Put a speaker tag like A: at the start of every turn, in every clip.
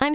A: I'm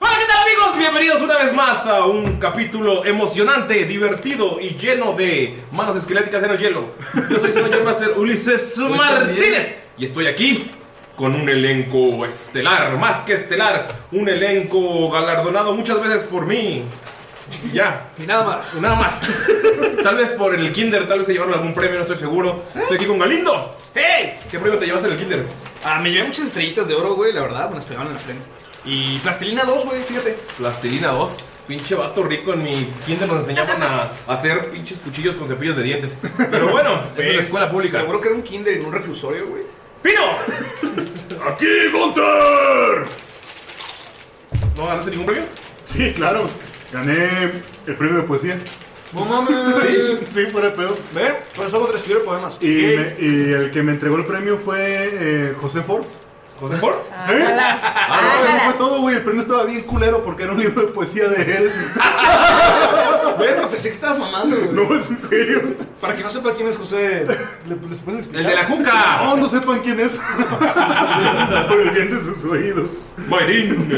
B: Hola, ¿qué tal amigos? Bienvenidos una vez más a un capítulo emocionante, divertido y lleno de manos esqueléticas en el hielo. Yo soy Señor Master Ulises Martínez y estoy aquí con un elenco estelar, más que estelar, un elenco galardonado muchas veces por mí. Y Ya. Y nada más. Nada más. Tal vez por el Kinder, tal vez se llevaron algún premio, no estoy seguro. Estoy aquí con Galindo. ¡Hey! ¿Qué premio te llevaste en el Kinder?
C: Ah, me llevé muchas estrellitas de oro, güey, la verdad, me las pegaban en la frente. Y plastilina 2, güey, fíjate.
B: Plastilina 2. Pinche vato rico en mi kinder nos enseñaban a hacer pinches cuchillos con cepillos de dientes. Pero bueno, es una
C: Pues,
B: escuela pública.
C: Seguro que era un kinder en un reclusorio, güey.
B: ¡Pino! ¡Aquí, Gunter! ¿No ganaste ningún premio?
D: Sí, claro. Gané el premio de poesía.
C: No mames.
D: Sí, sí, fuera de pedo.
C: Ver, por eso hago tres libros de poemas.
D: Y, me- y el que me entregó el premio fue eh, José Force.
B: ¿José Force?
D: ¿Eh? Ah, no, eso fue todo, güey. El premio estaba bien culero porque era un libro de poesía de él.
C: Ver, pensé que estabas mamando, güey.
D: No, es en serio.
C: Para que no sepa quién es José.
D: ¿Le- ¿Les puedes explicar?
B: ¡El de la cuca!
D: No, no sepan quién es. Por el bien de sus oídos.
B: ¡Mayrin!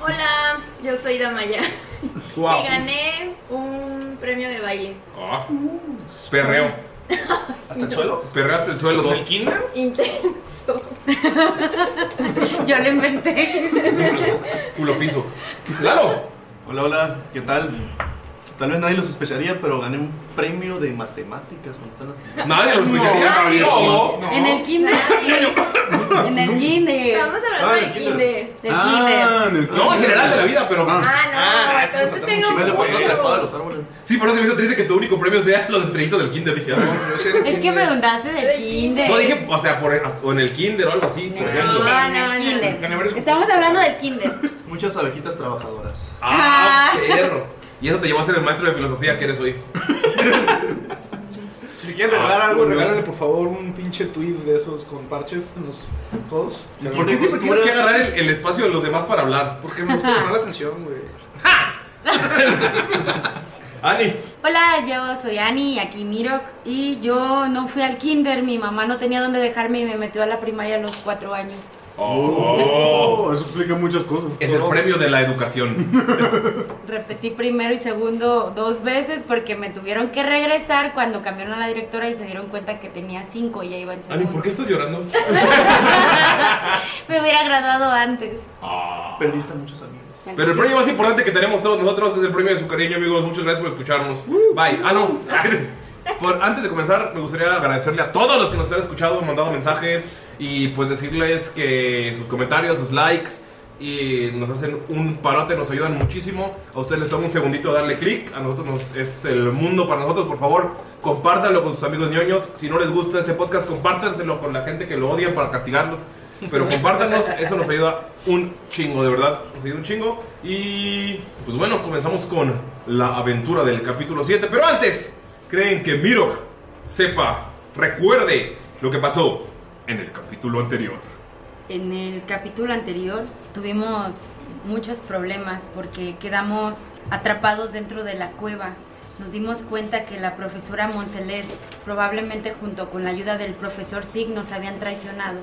E: Hola, yo soy Damaya.
C: Wow.
E: Y gané un premio de baile.
B: Ah,
C: Mm.
B: perreo.
C: ¿Hasta el suelo?
B: Perreo hasta el suelo
C: ¿El
B: 2.
C: kinder?
E: Intenso.
F: Yo lo inventé.
B: Culo piso. ¡Lalo!
G: Hola, hola, ¿qué tal? Tal vez nadie lo sospecharía, pero gané un premio de matemáticas. cuando están las-
B: Nadie lo escucharía. No,
F: En el kinder. En el kinder.
E: Estábamos hablando
G: Ah,
E: del
G: el
E: kinder.
F: Del
D: Ah,
F: kinder.
D: en el
B: no, en general de la vida, pero.
E: Ah, no,
C: Ah,
E: entonces
C: esto
E: tengo
C: está
G: Me
E: un
G: la pasé atrapado de
E: juego.
G: los árboles.
B: Sí, por eso se me hizo triste que tu único premio sea los estrellitos del Kinder. Dije, ah,
C: No sé de
F: Es que
C: kinder.
F: preguntaste del kinder.
B: No dije, o sea, por, o en el kinder o algo así,
F: En
B: por
F: el
B: ejemplo.
F: kinder,
E: Ah,
F: en
E: no,
F: el
E: no.
C: Gané
F: kinder.
C: varios
F: Estamos
C: concursos.
F: hablando del kinder.
G: Muchas abejitas trabajadoras.
B: ¡Ah,
F: Ah.
B: perro! Y eso te llevó a ser el maestro de filosofía que eres hoy. Ah,
C: Si le quieren regalar
D: Ah,
C: algo, regálenle por favor un pinche tweet de esos con parches en los codos.
B: ¿Por qué siempre tienes que agarrar el, el espacio de los demás para hablar?
C: Porque me gusta llamar la atención, güey.
B: Ani,
F: Hola, yo soy Ani, aquí Mirok. Y yo no fui al kinder. Mi mamá no tenía dónde dejarme y me metió a la primaria a los cuatro años.
D: Oh, eso explica muchas cosas.
B: es el premio de la educación.
F: Repetí primero y segundo dos veces porque me tuvieron que regresar cuando cambiaron a la directora y se dieron cuenta que tenía cinco y ya iba en
B: Ani,
F: segundo.
B: ¿por qué estás llorando?
F: Me hubiera graduado antes.
G: Perdiste a muchos amigos.
B: Pero el premio más importante que tenemos todos nosotros es el premio de su cariño, amigos. Muchas gracias por escucharnos. Bye. Ah, no. Por, antes de comenzar, me gustaría agradecerle a todos los que nos han escuchado, mandado mensajes y pues decirles que sus comentarios, sus likes y nos hacen un parote, nos ayudan muchísimo. A ustedes les toma un segundito darle clic, a nosotros nos- es el mundo para nosotros, por favor, compártanlo con sus amigos ñoños. Si no les gusta este podcast, compártanselo con la gente que lo odian para castigarlos. Pero compártanos, eso nos ayuda un chingo, de verdad, nos ayuda un chingo. Y pues bueno, comenzamos con la aventura del capítulo 7. Pero antes, ¿creen que Mirok sepa, recuerde lo que pasó en el capítulo anterior?
F: En el capítulo anterior tuvimos muchos problemas porque quedamos atrapados dentro de la cueva. Nos dimos cuenta que la profesora Moncelés, probablemente junto con la ayuda del profesor Sig, nos habían traicionado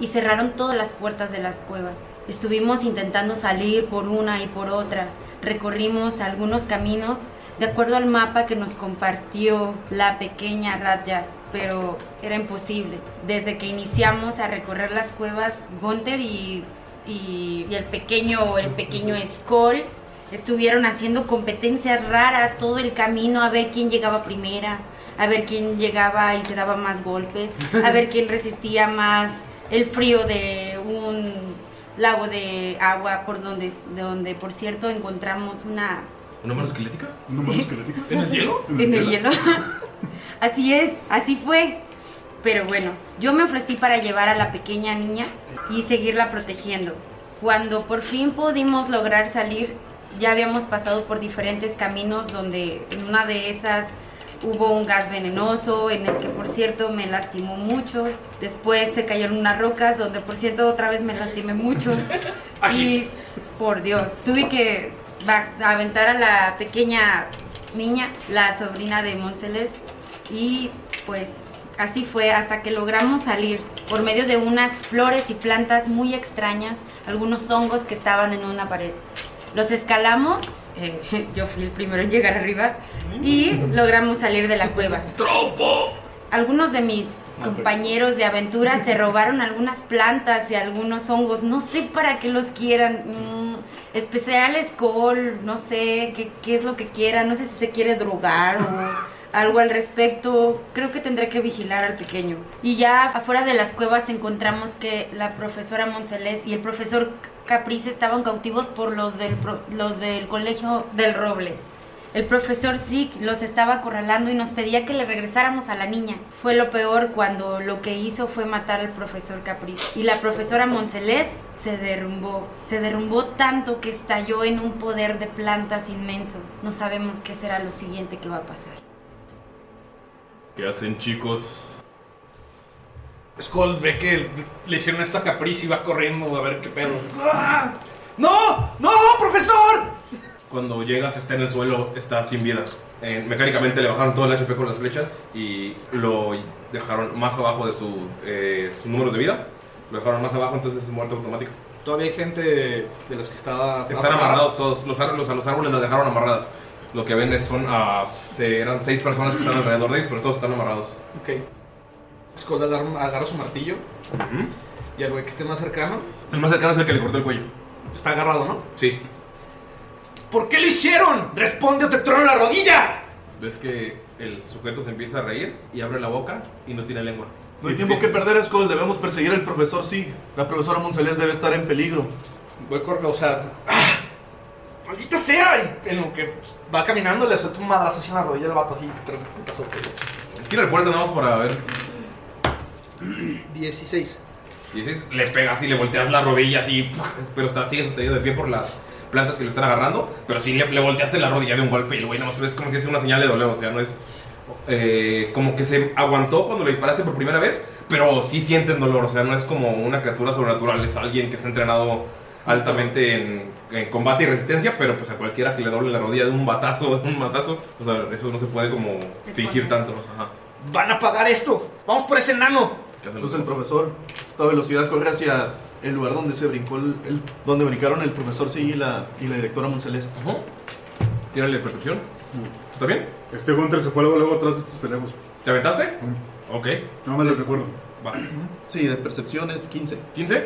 F: y cerraron todas las puertas de las cuevas. Estuvimos intentando salir por una y por otra. Recorrimos algunos caminos de acuerdo al mapa que nos compartió la pequeña Radja, pero era imposible. Desde que iniciamos a recorrer las cuevas, Gunther y, y- y el pequeño, el pequeño Skoll estuvieron haciendo competencias raras todo el camino a ver quién llegaba primera, a ver quién llegaba y se daba más golpes, a ver quién resistía más el frío de un lago de agua por donde, donde por cierto encontramos una
B: ¿Una mano esquelética?
D: ¿Una mano esquelética?
B: ¿En el hielo?
F: en el hielo. así es, así fue. Pero bueno, yo me ofrecí para llevar a la pequeña niña y seguirla protegiendo. Cuando por fin pudimos lograr salir, ya habíamos pasado por diferentes caminos donde en una de esas hubo un gas venenoso en el que por cierto me lastimó mucho. Después se cayeron unas rocas donde por cierto otra vez me lastimé mucho. Y por Dios, tuve que ba- aventar a la pequeña niña, la sobrina de Monceles, y pues así fue hasta que logramos salir por medio de unas flores y plantas muy extrañas, algunos hongos que estaban en una pared. Los escalamos, eh, yo fui el primero en llegar arriba, y logramos salir de la cueva.
B: ¡Trompo!
F: Algunos de mis compañeros de aventura se robaron algunas plantas y algunos hongos. No sé para qué los quieran. Mm, especial Skoll, no sé qué, qué es lo que quieran. No sé si se quiere drogar o algo al respecto. Creo que tendré que vigilar al pequeño. Y ya afuera de las cuevas encontramos que la profesora Moncelés y el profesor Caprice estaban cautivos por los del, pro- los del colegio del Roble. El profesor Zig los estaba acorralando y nos pedía que le regresáramos a la niña. Fue lo peor cuando lo que hizo fue matar al profesor Capriz. Y la profesora Moncelés se derrumbó. Se derrumbó tanto que estalló en un poder de plantas inmenso. No sabemos qué será lo siguiente que va a pasar.
B: ¿Qué hacen chicos?
C: Skull ve que le hicieron esta capriz y va corriendo a ver qué pedo. ¡Ah! ¡No! ¡No, profesor!
B: Cuando llegas está en el suelo, está sin vida. Eh, mecánicamente le bajaron todo el HP con las flechas y lo dejaron más abajo de su, eh, sus números de vida. Lo dejaron más abajo, entonces es muerte automática.
C: Todavía hay gente de los que estaba.
B: Están amarrados todos, los, ar- los- a los árboles las dejaron amarradas. Lo que ven es son, ah, se- eran seis personas que están alrededor de ellos, pero todos están amarrados.
C: Ok. Skull agarra, agarra su martillo. Y al güey que esté más cercano.
B: El más cercano es el que le cortó el cuello.
C: Está agarrado, ¿no?
B: Sí.
C: ¿Por qué lo hicieron? ¡Responde o te trono la rodilla!
B: Ves que el sujeto se empieza a reír y abre la boca y no tiene lengua.
G: No hay tiempo que perder, Skull. Debemos perseguir al profesor Sig. La profesora Moncelés debe estar en peligro.
C: Voy a causar. ¡Maldita sea! Y en lo que pues, va caminando le suelta un madrazo así en la rodilla al vato así. tra- putazote.
B: Tira el fuerza nada más para ver.
C: 16.
B: Y dices, le pegas y le volteas la rodilla así, pero está sigue sostenido de pie por las plantas que lo están agarrando, pero sí le, le volteaste la rodilla de un golpe y el güey nada más ves como si hace una señal de dolor, o sea, no es eh, como que se aguantó cuando le disparaste por primera vez, pero sí sienten dolor, o sea, no es como una criatura sobrenatural, es alguien que está entrenado altamente en, en combate y resistencia, pero pues a cualquiera que le doble la rodilla de un batazo o de un mazazo, o sea, eso no se puede como fingir tanto. Ajá.
C: ¡Van a pagar esto! ¡Vamos por ese enano!
G: Entonces el profesor, a toda velocidad, corre hacia el lugar donde se brincó el, el- donde brincaron el profesor Sig y la, y la directora Moncelés.
B: Tírale percepción. ¿Tú también?
D: Este Gunter se fue luego, luego atrás de estos pendejos.
B: ¿Te aventaste? Ok.
D: No me lo recuerdo.
B: Va.
G: Sí, de percepción es 15.
B: ¿15?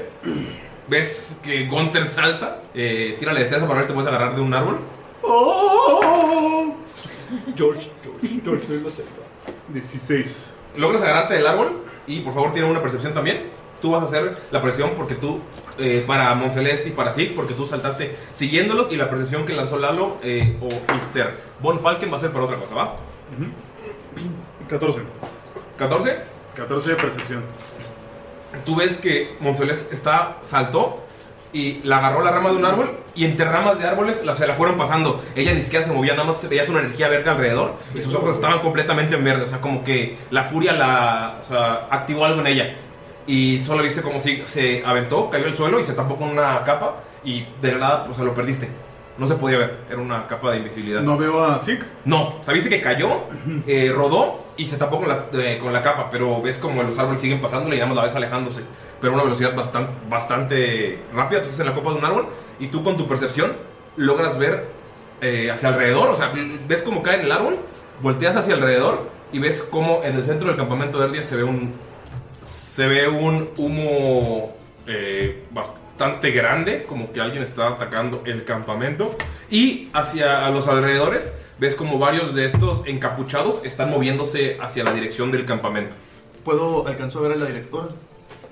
B: ¿Ves que Gunter salta? Eh, tírale destreza para ver si te puedes agarrar de un árbol.
G: ¡Oh!
C: George, George, George, soy la selva.
G: 16.
B: Logras agarrarte del árbol y por favor tiene una percepción también. Tú vas a hacer la presión porque tú, eh, para Monceleste y para Sid, porque tú saltaste siguiéndolos y la percepción que lanzó Lalo eh, o Mister Von Falken va a ser para otra cosa, ¿va?
G: 14.
B: ¿14?
G: 14 de percepción.
B: Tú ves que Moncelés está, saltó y la agarró la rama de un árbol y entre ramas de árboles la- se la fueron pasando. Ella ni siquiera se movía, nada más veías una energía verde alrededor y sus ojos estaban completamente en verde. O sea, como que la furia la o sea, activó algo en ella. Y solo viste como si se aventó, cayó al suelo y se tapó con una capa y de la nada, pues, o sea, lo perdiste. No se podía ver, era una capa de invisibilidad.
G: ¿No veo a Zig?
B: No, sabiste que cayó, eh, rodó y se tapó con la, eh, con la capa, pero ves como los árboles siguen pasándole y nada más la ves alejándose, pero a una velocidad bastante, bastante rápida. Tú estás en la copa de un árbol y tú con tu percepción logras ver eh, hacia alrededor, o sea, ves cómo cae en el árbol, volteas hacia alrededor y ves cómo en el centro del campamento de Erdia se ve un, se ve un humo eh, bastante grande, como que alguien está atacando el campamento. Y hacia los alrededores ves como varios de estos encapuchados están moviéndose hacia la dirección del campamento.
G: ¿Puedo, alcanzó a ver a la directora?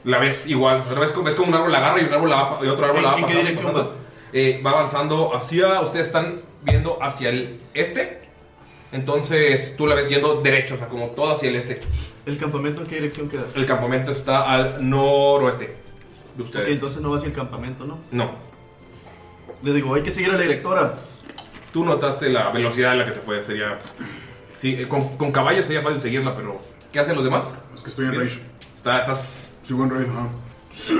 B: La ves igual, o sea, ves, como- ves como un árbol la agarra y, un árbol la va, y otro árbol
G: ¿En-
B: la va
G: en qué
B: pasando-
G: dirección
B: pasando. Eh, va avanzando hacia, ustedes están viendo hacia el este. Entonces tú la ves yendo derecho, o sea, como todo hacia el este.
G: ¿El campamento en qué dirección queda?
B: El campamento está al noroeste este, de ustedes.
G: Ok, entonces no va hacia el campamento, ¿no?
B: No.
G: Le digo, hay que seguir a la directora.
B: Tú notaste la velocidad a la que se fue, sería... Sí, eh, con, con caballo sería fácil seguirla, pero... ¿Qué hacen los demás? Es que estoy en rage. Está, estás... Sigo en rage, ajá.
H: Sí,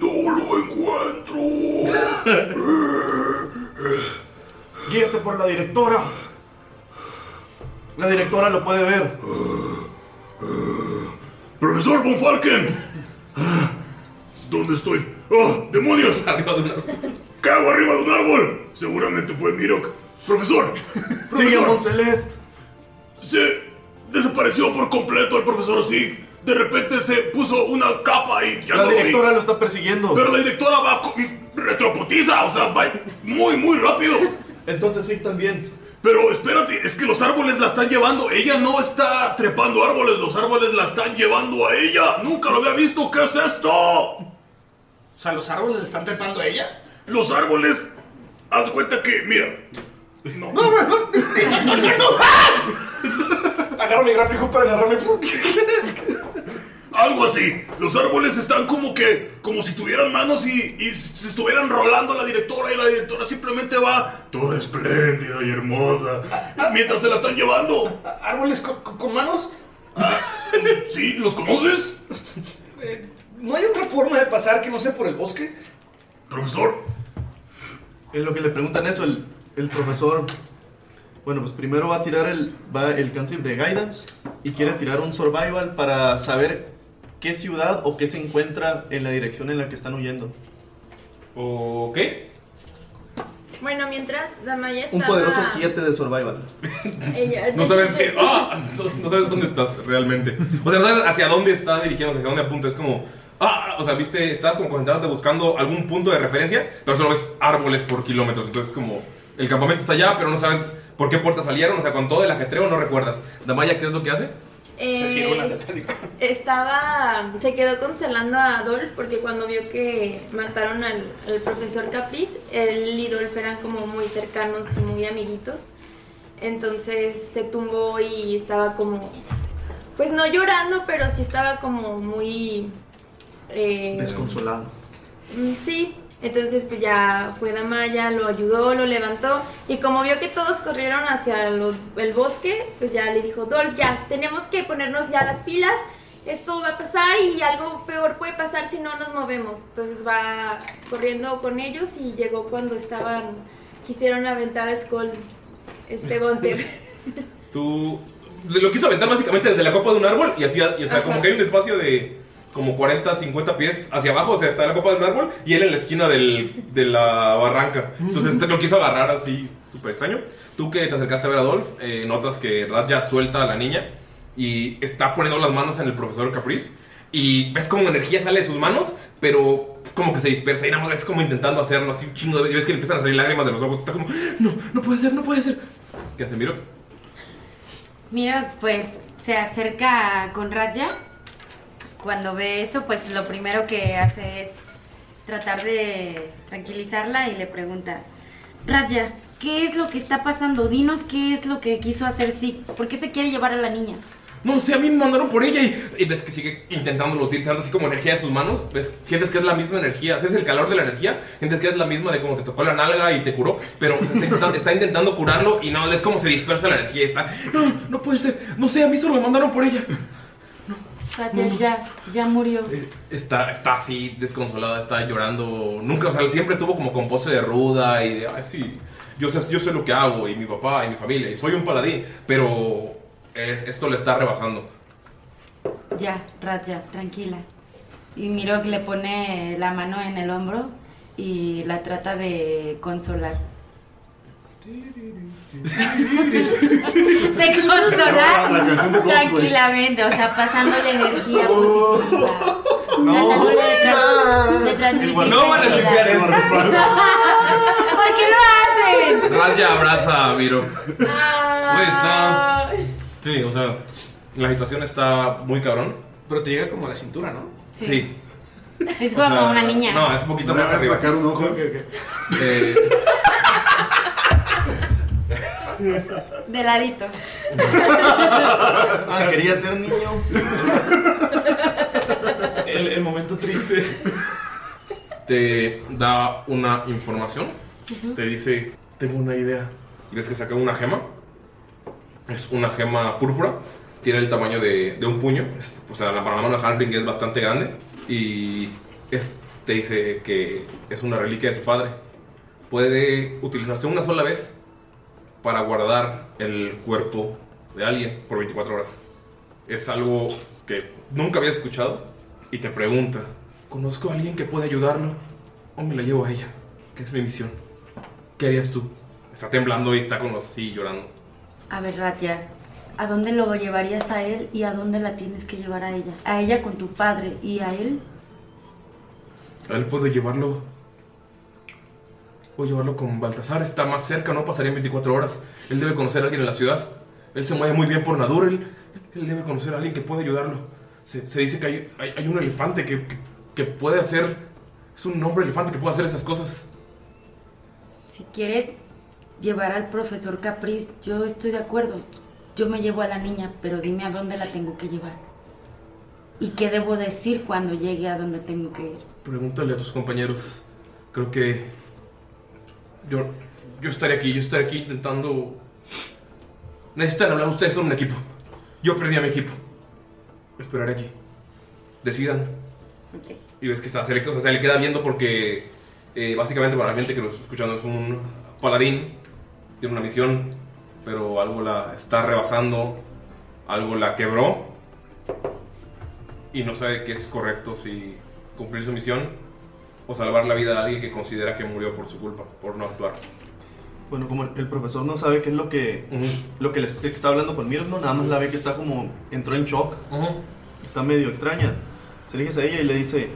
H: no lo encuentro.
G: Guíate por la directora. La directora lo puede ver.
H: Profesor Von Falken. ¿Dónde estoy? ¡Oh, demonios!
B: Arriba de un árbol.
H: ¡Cago arriba de un árbol! Seguramente fue Mirok. Profesor.
G: Sigue a
H: profesor,
G: Monceleste.
H: Se desapareció por completo el profesor Sig. De repente se puso una capa y ya
G: La
H: no lo vi.
G: directora lo está persiguiendo.
H: Pero la directora va co- retropotiza, o sea, va muy, muy rápido.
G: Entonces sí, también.
H: Pero espérate, es que los árboles la están llevando. Ella no está trepando árboles, los árboles la están llevando a ella. Nunca lo había visto. ¿Qué es esto? O
C: sea, los árboles le están trepando a ella.
H: Los árboles. Haz de cuenta que, mira. No,
C: no, no. no. Agarro mi gran hijo para agarrarme.
H: Algo así. Los árboles están como que, como si tuvieran manos y, y se estuvieran rolando a la directora y la directora simplemente va toda espléndida y hermosa mientras se la están llevando.
C: ¿Árboles con, con- con manos?
H: sí, ¿los conoces?
C: Eh, ¿No hay otra forma de pasar que no sea por el bosque?
H: Profesor.
G: En lo que le preguntan eso, el, el profesor. Bueno, pues primero va a tirar el, va el country de Guidance y quiere tirar un survival para saber qué ciudad o qué se encuentra en la dirección en la que están huyendo.
B: Ok.
E: Bueno, mientras Damaya
G: Un
E: estaba...
G: poderoso 7 de survival.
E: Ella-
B: No sabes qué... ¡Ah! No, no sabes dónde estás realmente. O sea, no sabes hacia dónde está dirigiéndose, hacia dónde apunta. Es como... ¡Ah! O sea, viste, estás como concentrándote buscando algún punto de referencia, pero solo ves árboles por kilómetros. Entonces es como... El campamento está allá, pero no sabes por qué puertas salieron. O sea, con todo el ajetreo no recuerdas. Damaya, ¿qué es lo que hace?
E: Eh,
B: una
E: Estaba. Se quedó consolando a Adolf porque cuando vio que mataron al, al profesor Capriz, él y Dolph eran como muy cercanos y muy amiguitos. Entonces se tumbó y estaba como. Pues no llorando, pero sí estaba como muy. eh,
G: Desconsolado.
E: Mm, Sí, entonces pues ya fue Damaya, lo ayudó, lo levantó y como vio que todos corrieron hacia los- el bosque, pues ya le dijo, Dolph, ya, tenemos que ponernos ya las pilas, esto va a pasar y algo peor puede pasar si no nos movemos. Entonces va corriendo con ellos y llegó cuando estaban, quisieron aventar a Skull, este Gunther.
B: Tú lo quiso aventar básicamente desde la copa de un árbol y hacia, y, o sea, como que hay un espacio de como 40, 50 pies hacia abajo, o sea, está la copa de un árbol y él en la esquina del, de la barranca. Entonces te lo quiso agarrar así, súper extraño. Tú que te acercaste a ver a Adolf, eh, notas que Radja suelta a la niña y está poniendo las manos en el profesor Capriz y ves como energía sale de sus manos, pero como que se dispersa y nada más ves como intentando hacerlo así un chingo de y ves que le empiezan a salir lágrimas de los ojos, está como, no, no puede ser, no puede ser. ¿Qué hace Miro?
F: Miro, pues se acerca con Raya. Cuando ve eso, pues lo primero que hace es tratar de tranquilizarla y le pregunta, Raya, ¿qué es lo que está pasando? Dinos qué es lo que quiso hacer sí. ¿Por qué se quiere llevar a la niña?
B: No sé, a mí me mandaron por ella y, y ves que sigue intentándolo, utilizando así como energía de sus manos. Ves, sientes que es la misma energía, sientes el calor de la energía, sientes que es la misma de como te tocó la nalga y te curó, pero o sea, se está, está intentando curarlo y no, es como se dispersa la energía y está. No, no puede ser, no sé, a mí solo me mandaron por ella.
F: Raya ya, ya murió.
C: Eh,
B: Está, está así, desconsolada, está llorando. Nunca, o sea, siempre estuvo como con pose de ruda y de, ay, sí, yo sé, yo sé lo que hago y mi papá y mi familia y soy un paladín, pero es- esto le está rebasando.
F: Ya, Raya, tranquila. Y Miro que le pone la mano en el hombro y la trata de consolar. De consolar
D: La canción de Ghostway.
F: tranquilamente, o sea, pasándole energía positiva.
D: No,
F: Tratándole de, tra- de transmitir
B: No van a
F: tranquilidad.
B: limpiar eso.
F: ¿Por qué lo hacen?
B: Raya abraza a Miro. Güey, está-
E: Ah.
B: Sí, o sea, la situación está muy cabrón.
C: Pero te llega como a la cintura, ¿no?
B: Sí.
F: Es
B: O sea,
F: como una niña.
B: No, es un poquito
D: ¿No le
B: más
D: vas a
B: arriba.
D: sacar un ojo?
B: Eh,
F: De ladito.
G: O sea, quería ser niño.
C: El, el momento triste.
B: te da una información.
C: Ujú.
B: Te dice, tengo una idea. Y ves que saca una gema. Es una gema púrpura. Tiene el tamaño de, de un puño. Es- o sea, la, para la mano de Halfling es bastante grande. Y es- te dice que es una reliquia de su padre. Puede utilizarse una sola vez para guardar el cuerpo de alguien por 24 horas. Es algo que nunca habías escuchado y te pregunta, ¿conozco a alguien que puede ayudarlo? ¿O me la llevo a ella? Que es mi misión. ¿Qué harías tú? Está temblando y está con los así llorando.
F: A ver, Ratya, ¿a dónde lo llevarías a él y a dónde la tienes que llevar a ella? A ella con tu padre y a él.
B: A él puedo llevarlo. Puedo llevarlo con Baltasar, está más cerca, no pasaría 24 horas. Él debe conocer a alguien en la ciudad. Él se mueve muy bien por Nadur, él, él debe conocer a alguien que pueda ayudarlo. Se, se dice que hay, hay- hay un elefante que, que- que puede hacer. Es un hombre elefante que puede hacer esas cosas.
F: Si quieres llevar al profesor Capriz, yo estoy de acuerdo. Yo me llevo a la niña, pero dime a dónde la tengo que llevar. ¿Y qué debo decir cuando llegue a donde tengo que ir?
B: Pregúntale a tus compañeros. Creo que. Yo, yo estaré aquí, yo estaré aquí intentando. Necesitan hablar, ustedes son un equipo. Yo perdí a mi equipo. Esperaré aquí. Decidan. Y ves que está selecto, o sea, le queda viendo porque eh, básicamente para la gente que lo está escuchando es un paladín, tiene una misión, pero algo la está rebasando, algo la quebró y no sabe qué es correcto si cumplir su misión o salvar la vida de alguien que considera que murió por su culpa, por no actuar.
G: Bueno, como el, el profesor no sabe qué es lo que, lo que le est- está hablando con Mirno, nada más la ve que está como, entró en shock, está medio extraña. Se dirige a ella y le dice,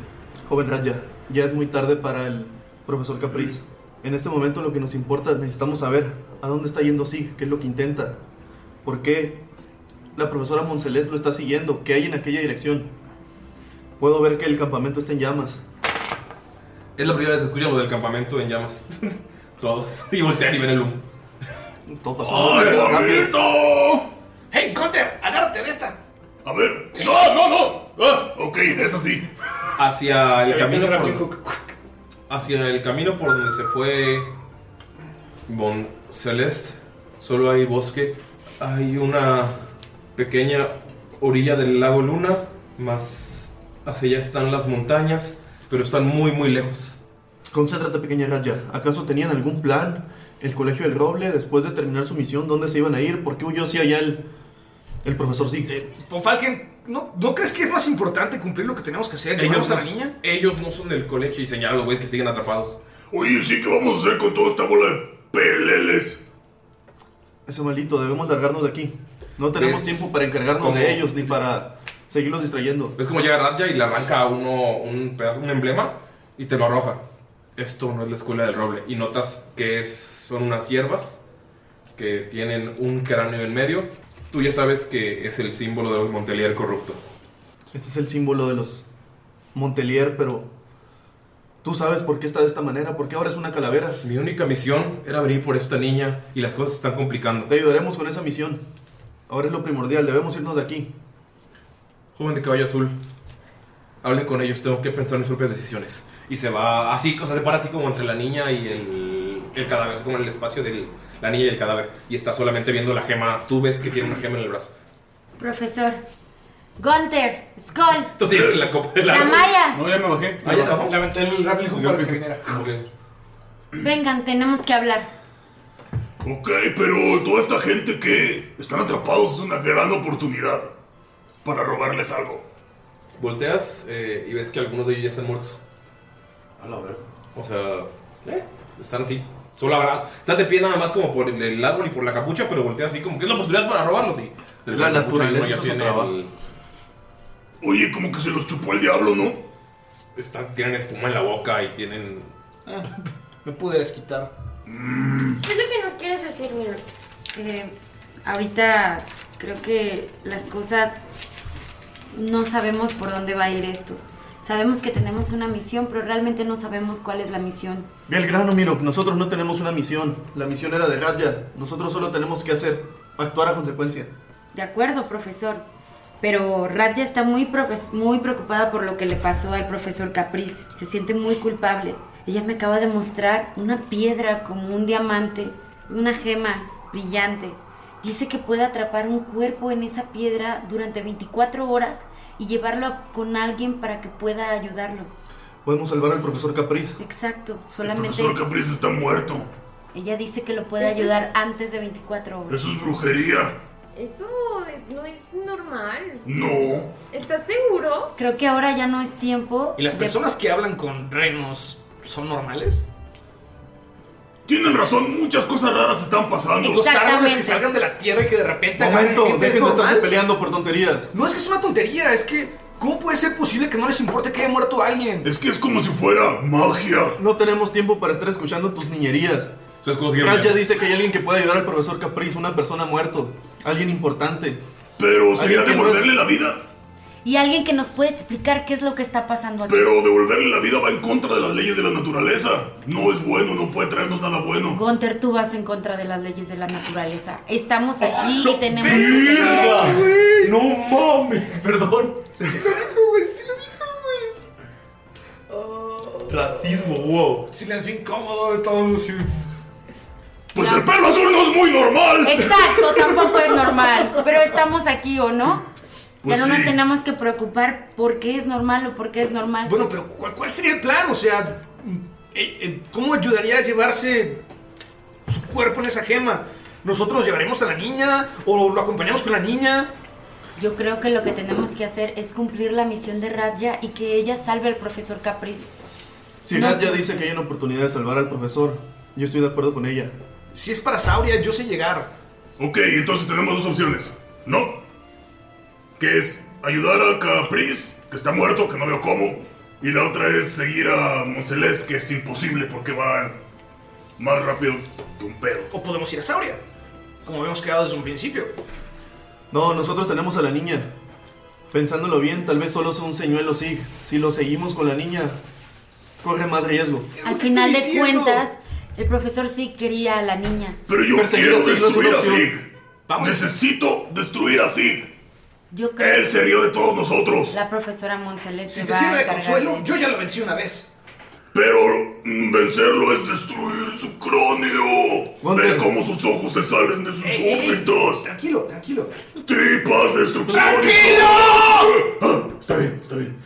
G: joven Raya, ya es muy tarde para el profesor Capriz. En este momento lo que nos importa, necesitamos saber a dónde está yendo Sig, qué es lo que intenta, por qué la profesora Moncelés lo está siguiendo, qué hay en aquella dirección. Puedo ver que el campamento está en llamas.
B: Es la primera vez que escucho lo del campamento en llamas. Todos. Y voltean y ven el humo.
G: Todo
H: ¡Ay, bonito!
C: ¡Hey, Conter! ¡Agárrate de esta!
H: A ver. ¡No, no, no! Ah, ok, de esa sí.
B: Hacia el
H: Te
B: camino
H: avienta
B: por hacia el camino por donde se fue Bon Celeste. Solo hay bosque. Hay una pequeña orilla del lago Luna. Más hacia allá están las montañas. Pero están muy muy lejos.
G: Concéntrate, pequeña Raya. ¿Acaso tenían algún plan? ¿El colegio del Roble, después de terminar su misión, dónde se iban a ir? ¿Por qué huyó hacia allá el, el profesor Sig?
C: Von Falken, ¿no, ¿no crees que es más importante cumplir lo que tenemos que hacer? que
B: Ellos
C: llevarnos a
B: no,
C: la niña?
B: ellos no son del colegio y señalan a los güeyes que siguen atrapados.
H: Oye, sí, ¿qué vamos a hacer con toda esta bola de peleles?
G: Ese malito, debemos largarnos de aquí. No tenemos
B: ¿Ves
G: tiempo para encargarnos
B: cómo-
G: de ellos ni para seguirlos distrayendo.
B: Es como llega Radja y le arranca uno, un pedazo, un emblema y te lo arroja. Esto no es la escuela del roble. Y notas que es- son unas hierbas que tienen un cráneo en medio Tú ya sabes que es el símbolo de los Montelier corrupto.
G: Este es el símbolo de los Montelier, pero tú sabes por qué está de esta manera, por qué ahora es una calavera.
B: Mi única misión era venir por esta niña y las cosas se están complicando.
G: Te ayudaremos con esa misión. Ahora es lo primordial, debemos irnos de aquí.
B: Joven de caballo azul, hable con ellos, tengo que pensar en mis propias decisiones. Y se va así, o sea, se para así como entre la niña y el, el cadáver, es como en el espacio de la niña y el cadáver. Y está solamente viendo la gema, tú ves que tiene una gema en el brazo.
F: Profesor. Gunther, Skull,
B: Entonces es la copa de la...
F: La Maya.
B: No, ya me bajé. Ah, ya te bajó.
C: Le aventé el réplico para que se viniera.
F: vengan, tenemos que hablar.
H: Ok, pero toda esta gente que están atrapados es una gran oportunidad para robarles algo.
B: Volteas eh, y ves que algunos de ellos ya están muertos.
G: A la verga.
B: O sea, eh, están así. Solo abrazos. Están de pie nada más como por el, el árbol y por la capucha, pero volteas así como que es la oportunidad para robarlos. Y
G: La naturaleza es su trabajo.
B: Oye, como que se los chupó el diablo, ¿no? Están, tienen espuma en la boca y tienen.
C: Me pude desquitar.
F: ¿Qué es lo que nos quieres decir, Mirror? Eh, ahorita creo que las cosas no sabemos por dónde va a ir esto. Sabemos que tenemos una misión, pero realmente no sabemos cuál es la misión.
G: Ve al grano, Miro. Nosotros no tenemos una misión. La misión era de Raya. Nosotros solo tenemos que hacer, actuar a consecuencia.
F: De acuerdo, profesor. Pero Radya está muy, profes- muy preocupada por lo que le pasó al profesor Capriz. Se siente muy culpable. Ella me acaba de mostrar una piedra como un diamante, una gema brillante. Dice que puede atrapar un cuerpo en esa piedra durante 24 horas y llevarlo a- con alguien para que pueda ayudarlo.
G: Podemos salvar al profesor Capriz.
F: Exacto,
H: El
F: solamente
H: profesor Capriz está muerto.
F: ella dice que lo puede
E: Eso es-
F: ayudar antes de 24 horas.
H: Eso es brujería.
E: Eso no es normal.
H: No.
E: ¿Estás seguro?
F: Creo que ahora ya no es tiempo.
C: ¿Y las
F: de-
C: personas que hablan con renos son normales?
H: Tienen razón, muchas cosas raras están pasando.
C: Los árboles que salgan de la tierra y que de repente.
G: Momento,
C: agarren gente
G: dejen de estarse
C: normal.
G: peleando por tonterías.
C: No es que es una tontería, es que. ¿Cómo puede ser posible que no les importe que haya muerto alguien?
H: Es que es como si fuera magia.
G: No tenemos tiempo para estar escuchando tus niñerías.
B: que-
G: Raya dice que hay alguien que puede ayudar al profesor Capriz, una persona muerto, alguien importante.
H: Pero sería
G: Alguien que
H: devolverle
G: no
H: la
G: es-
H: vida.
F: Y alguien que nos puede explicar qué es lo que está pasando aquí.
H: Pero devolverle la vida va en contra de las leyes de la naturaleza. No es bueno, no puede traernos nada bueno.
F: Gunter, tú vas en contra de las leyes de la naturaleza. Estamos aquí y tenemos que
H: ¡Verga!
F: tener-
B: ¡No mames! Perdón. Racismo, wow.
C: Silencio incómodo de todos.
H: Pues el pelo azul no es muy normal.
F: Exacto, tampoco es normal. Pero estamos aquí, ¿o no?
C: Pues
F: ya no
C: sí.
F: nos tenemos que preocupar por qué es normal o por qué es normal.
C: Bueno, pero ¿cuál, cuál sería el plan? O sea, eh, eh, ¿cómo ayudaría a llevarse su cuerpo en esa gema? ¿Nosotros llevaremos a la niña o lo acompañamos con la niña?
F: Yo creo que lo que tenemos que hacer es cumplir la misión de Radya y que ella salve al profesor Capriz.
G: Si
F: No
G: Raya
F: sé.
G: dice que hay una oportunidad de salvar al profesor, yo estoy de acuerdo con ella.
C: Si es para Sauria, yo sé llegar.
H: Ok, entonces tenemos dos opciones, ¿no? Que es ayudar a Capriz, que está muerto, que no veo cómo. Y la otra es seguir a Moncelés, que es imposible porque va más rápido que un pedo.
C: O podemos ir a Sauria, como habíamos quedado desde un principio.
G: No, nosotros tenemos a la niña. Pensándolo bien, tal vez solo sea un señuelo Sig. Si lo seguimos con la niña, corre más riesgo.
F: Al final de
C: diciendo.
F: cuentas, el profesor sí quería a la niña.
H: Pero yo
G: Perseguir a
H: quiero
G: Sig no es una
H: destruir a
G: opción.
H: Sig. Necesito destruir a Sig.
F: Yo creo
H: Él se rió de todos nosotros.
F: La profesora Monsalés
C: Si
F: se
C: te
F: va a
C: sirve de
F: encargar
C: consuelo,
F: de
C: yo ya lo vencí una vez.
H: Pero mm, vencerlo es destruir su cráneo. Ve cómo sus ojos se salen de sus órbitas.
C: Tranquilo, tranquilo.
H: Tripas, destrucción.
C: ¡Tranquilo!
H: Ah, está bien, está bien.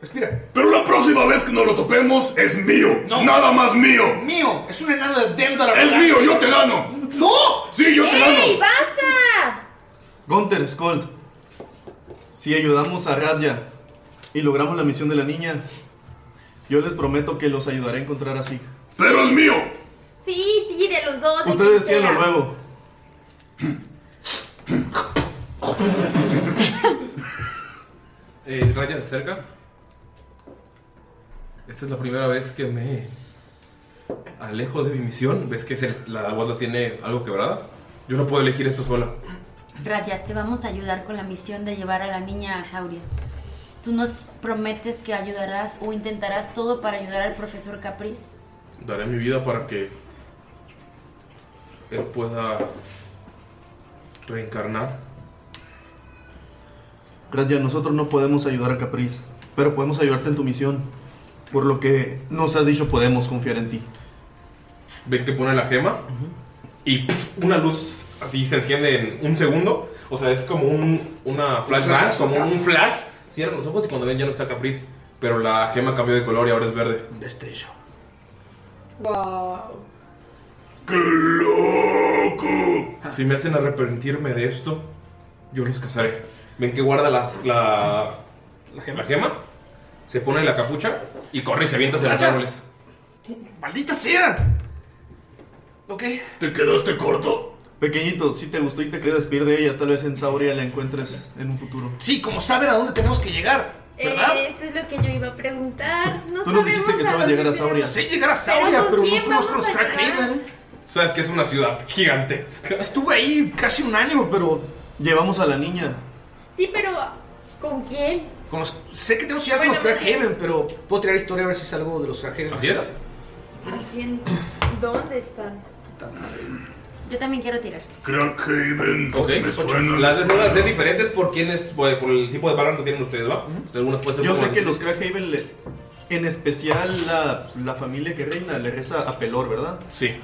C: Respira.
H: Pero la próxima vez que nos lo topemos es mío. Nada más mío.
C: Mío, es un enano de Dendra.
H: Es mío, yo te gano.
C: ¡No!
H: Sí, yo te gano.
E: ¡Ey, basta!
G: Gunther, Skold, si ayudamos a Radya y logramos la misión de la niña, yo les prometo que los ayudaré a encontrar a Sig.
H: ¡Pero es mío!
E: Sí, sí, de los dos. de quien
G: Ustedes decían
E: sea.
G: lo nuevo.
B: Eh, Raya, de cerca. Esta es la primera vez que me alejo de mi misión. ¿Ves que se les- la voz la tiene algo quebrada? Yo no puedo elegir esto sola.
F: Raya, te vamos a ayudar con la misión de llevar a la niña a Sauria. Tú nos prometes que ayudarás o intentarás todo para ayudar al profesor Capriz.
B: Daré mi vida para que él pueda reencarnar.
G: Raya, nosotros no podemos ayudar a Capriz, pero podemos ayudarte en tu misión. Por lo que nos has dicho, podemos confiar en ti.
B: Ve que pone la gema y pf, una luz así se enciende en un segundo. O sea, es como un, una flashbang, como un flash. Cierran los ojos y cuando ven ya no está Capriz. Pero la gema cambió de color y ahora es verde. Destello.
E: Wow.
B: Si me hacen arrepentirme de esto, yo los casaré. Ven que guarda las- la, la, gema. se pone la capucha y corre y se avienta hacia los
C: Racha.
B: árboles.
C: ¡Maldita sea! Ok.
G: Te quedaste corto. Pequeñito, si te gustó y te quieres despedir de ella, tal vez en Sauria la encuentres en un futuro.
C: Sí, como saben a dónde tenemos que llegar.
E: Eh, eso es lo que yo iba a preguntar. No
G: Tú
E: sabemos
G: nos dijiste que
E: a
G: sabes
E: dónde
G: llegar a
E: tenemos-
G: Sauria.
C: Sí, llegar a
E: Pero
C: Sauria,
E: ¿con
C: pero,
E: quién
C: no conozco
E: vamos
C: los
E: a
C: Crackhaven.
B: Sabes que es una ciudad gigantesca.
C: Estuve ahí casi un año, pero.
G: Llevamos a la niña.
E: Sí, pero ¿con quién?
C: Con los- sé que tenemos que llegar con los Crackhaven, pero puedo tirar historia a ver si es algo de los Crackhaven.
B: Así es.
E: Más bien, ¿dónde están?
F: Yo también quiero tirar.
H: Crackhaven.
B: Ok,
H: Me suena.
B: las veces van a ser diferentes por quién es, por por el tipo de valor que tienen ustedes, ¿va? O sea, algunas pueden ser
G: Yo
B: un poco
G: sé
B: más
G: que los Crackhaven, le- en especial la, la familia que reina, le reza a Pelor, ¿verdad?
B: Sí.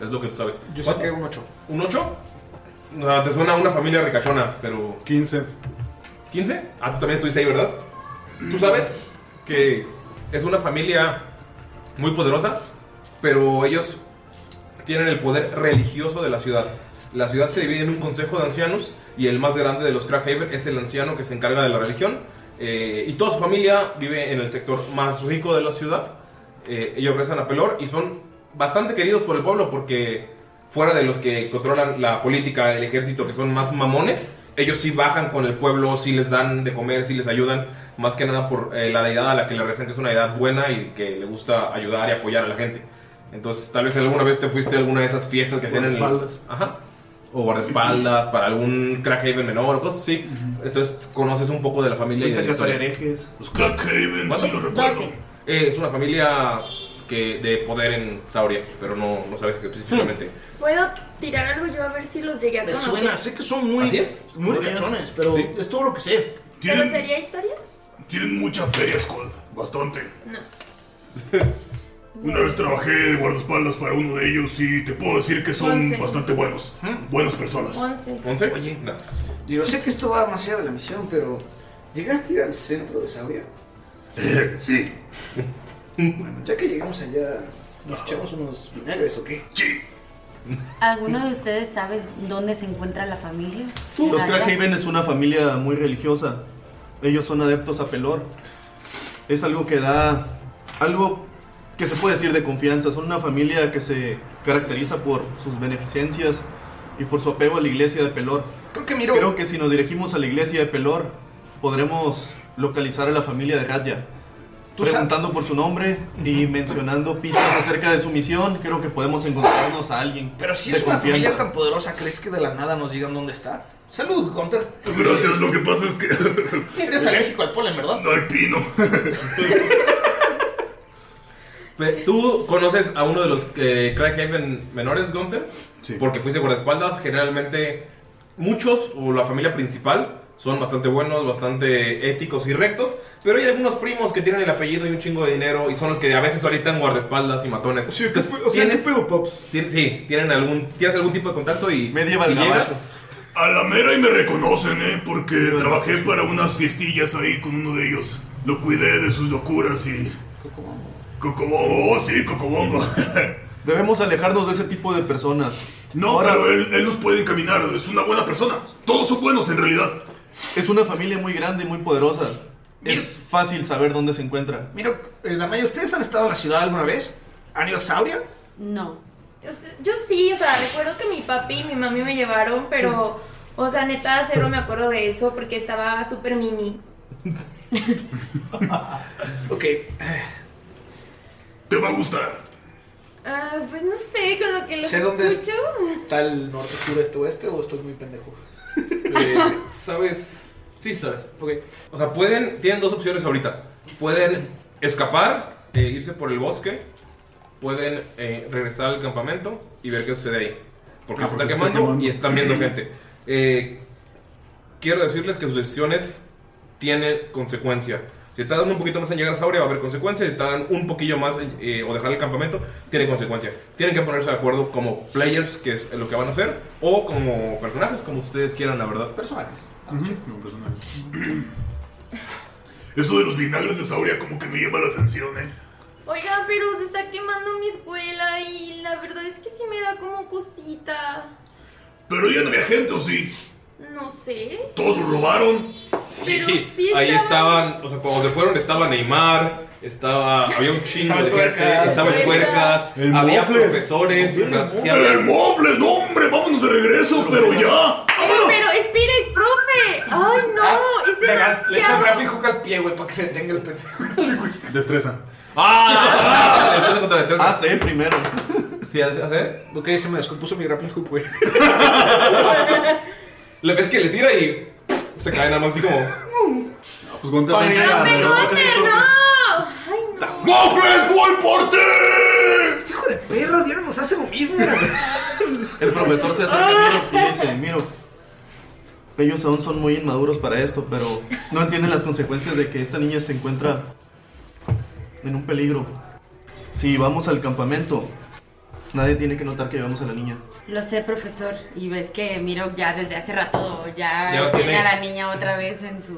B: Es lo que tú sabes.
G: Yo
B: ¿Cuánto?
G: saqué
C: un 8.
B: ¿Un 8? te suena a una familia ricachona, pero.
D: 15.
B: ¿15? Ah, tú también estuviste ahí, ¿verdad? Tú sabes que es una familia muy poderosa, pero ellos tienen el poder religioso de la ciudad. La ciudad se divide en un consejo de ancianos y el más grande de los Crackhaven es el anciano que se encarga de la religión. eh, y toda su familia vive en el sector más rico de la ciudad. Eh, ellos rezan a Pelor y son bastante queridos por el pueblo porque fuera de los que controlan la política, el ejército, que son más mamones, ellos sí bajan con el pueblo, sí les dan de comer, sí les ayudan, más que nada por eh, la deidad a la que le rezan, que es una deidad buena y que le gusta ayudar y apoyar a la gente. Entonces, tal vez alguna vez te fuiste a alguna de esas fiestas que hacían en el-
G: Guardaespaldas.
B: Ajá. O guardaespaldas para algún Crackhaven menor o cosas así. Entonces, conoces un poco de la familia y de la
G: Fuiste a cazar
B: historia.
G: herejes.
H: Los Crackhaven,
B: ¿Cuánto?
H: sí lo recuerdo. Doce.
B: Eh, es una familia que de poder en Sauria, pero no, no sabes específicamente.
E: ¿Puedo tirar algo yo a ver si los llegué a
C: Me
E: conocer?
C: suena, sé que son muy.
B: Así es.
C: Muy
B: Historia.
C: cachones, pero es todo lo que sé.
E: ¿Pero sería historia?
H: Tienen mucha feria, Squad. Bastante.
E: No.
H: Una vez trabajé de guardaespaldas para uno de ellos y te puedo decir que son
E: Once.
H: bastante buenos. Buenas personas.
E: Once.
B: ¿Once?
C: ¿Mm? Oye,
B: no.
C: Yo sé que esto va más allá de la misión, pero. ¿Llegaste a ir al centro de Sauria?
H: Eh, sí.
C: Bueno, ya que llegamos allá, ¿nos echamos unos vinagres o qué?
H: Sí.
F: ¿Alguno de ustedes sabe dónde se encuentra la familia?
G: Los
F: Raya.
G: Crackhaven es una familia muy religiosa. Ellos son adeptos a Pelor. Es algo que da. algo que se puede decir de confianza. Son una familia que se caracteriza por sus beneficencias y por su apego a la iglesia de Pelor.
C: Creo que miro.
G: Creo que si nos dirigimos a la iglesia de Pelor, podremos localizar a la familia de Raya.
C: Tú sa-
G: Preguntando por su nombre y mencionando pistas acerca de su misión, creo que podemos encontrarnos a alguien.
C: Pero si
G: de
C: es una
G: confianza.
C: familia tan poderosa, ¿crees que de la nada nos digan dónde está? Salud, Gunter.
H: Gracias, lo que pasa es que.
C: Eres alérgico al polen, ¿verdad?
H: No hay pino.
B: Pe- ¿Tú conoces a uno de los eh, Crackhaven menores, Gunther? Sí. Porque fuiste guardaespaldas. Generalmente, muchos o la familia principal son bastante buenos, bastante éticos y rectos. Pero hay algunos primos que tienen el apellido y un chingo de dinero y son los que a veces ahorita en guardaespaldas y matones. Sí, ¿tienes,
D: Pops?
B: sí, tienen algún, tienes algún tipo de contacto y si llegas.
H: A la mera y me reconocen, ¿eh? Porque trabajé para unas fiestillas ahí con uno de ellos. Lo cuidé de sus locuras y. Cocobongo. oh, sí, Cocobongo.
G: Debemos alejarnos de ese tipo de personas.
H: No, pero él, él nos puede encaminar, es una buena persona. Todos son buenos en realidad.
G: Es una familia muy grande y muy poderosa. Es fácil saber dónde se encuentra.
C: Mira, eh, la mayoría ¿ustedes han estado en la ciudad alguna vez? ¿Han ido a Sauria?
F: No.
E: Yo, s- yo sí, o sea, recuerdo que mi papi y mi mami me llevaron, pero, o sea, neta, cero me acuerdo de eso porque estaba súper mini.
C: Ok.
H: Te va a gustar.
E: Ah, pues no sé, con lo que los
C: Sé dónde es.
E: escucho.
C: ¿Tal norte, sur, este, oeste o estoy muy pendejo?
B: Eh, ¿Sabes? Sí, sabes. O sea, pueden, tienen dos opciones ahorita. Pueden escapar, eh, irse por el bosque, pueden eh, regresar al campamento y ver qué sucede ahí. Porque
H: Ah,
B: se
H: porque
B: está
H: se está
B: quemando,
H: quemando.
B: y están viendo gente. Eh, quiero decirles que sus decisiones tienen consecuencia. Si tardan un poquito más en llegar a Sauria va a haber consecuencias. Si tardan un poquillo más en, eh, o dejar el campamento, tiene consecuencia. Tienen que ponerse de acuerdo como players, que es lo que van a hacer, o como personajes, como ustedes quieran, la verdad. Personajes.
H: Eso de los vinagres de Sauria como que me llama la atención, ¿eh?
E: Oigan, pero se está quemando mi escuela y la verdad es que sí me da como cosita.
H: Pero ya no había gente, ¿o sí?
E: No sé.
H: Todos los robaron.
E: Pero sí
B: ahí
E: estaban-
B: estaban, o sea, cuando se fueron estaba Neymar, estaba, había un chingo
H: Estaba
B: de
H: Tuercas.
B: gente, estaba el Tuercas,
H: El
B: había
H: Mofles.
B: profesores, o sea, sí había...
H: ¡El mueble! ¡No, hombre! ¡Vámonos de regreso! ¡Pero ya!
E: Oigan, pero espera, el profe. Ay, no, es demasiado.
C: Le echas rápido y juca al pie, güey, para que se detenga el pendejo.
D: Destreza.
B: ¡Ah! Destreza contra destreza.
C: Ah, sí, primero.
B: ¿Sí, hacer?
C: Ok, se me descompuso mi grappling hook, güey.
B: Lo que es que le tira y se cae nada más así como...
D: Pues Gonte
B: Para
D: arranca-
B: regresar,
D: arranca-
B: pero-
E: ¡No! ¡Ay, no!
H: ¡Mofles, voy por ti!
C: Este hijo de perra, Dios, nos hace lo mismo.
G: El profesor se acerca a Miro y le dice, Miro, ellos aún son muy inmaduros para esto, pero no entienden las consecuencias de que esta niña se encuentra en un peligro. Si vamos al campamento, nadie tiene que notar que llevamos a la niña.
F: Lo sé, profesor. Y ves que Miro ya desde hace rato ya,
G: Ya lo
F: tiene,
G: tiene.
F: a la niña otra vez en su,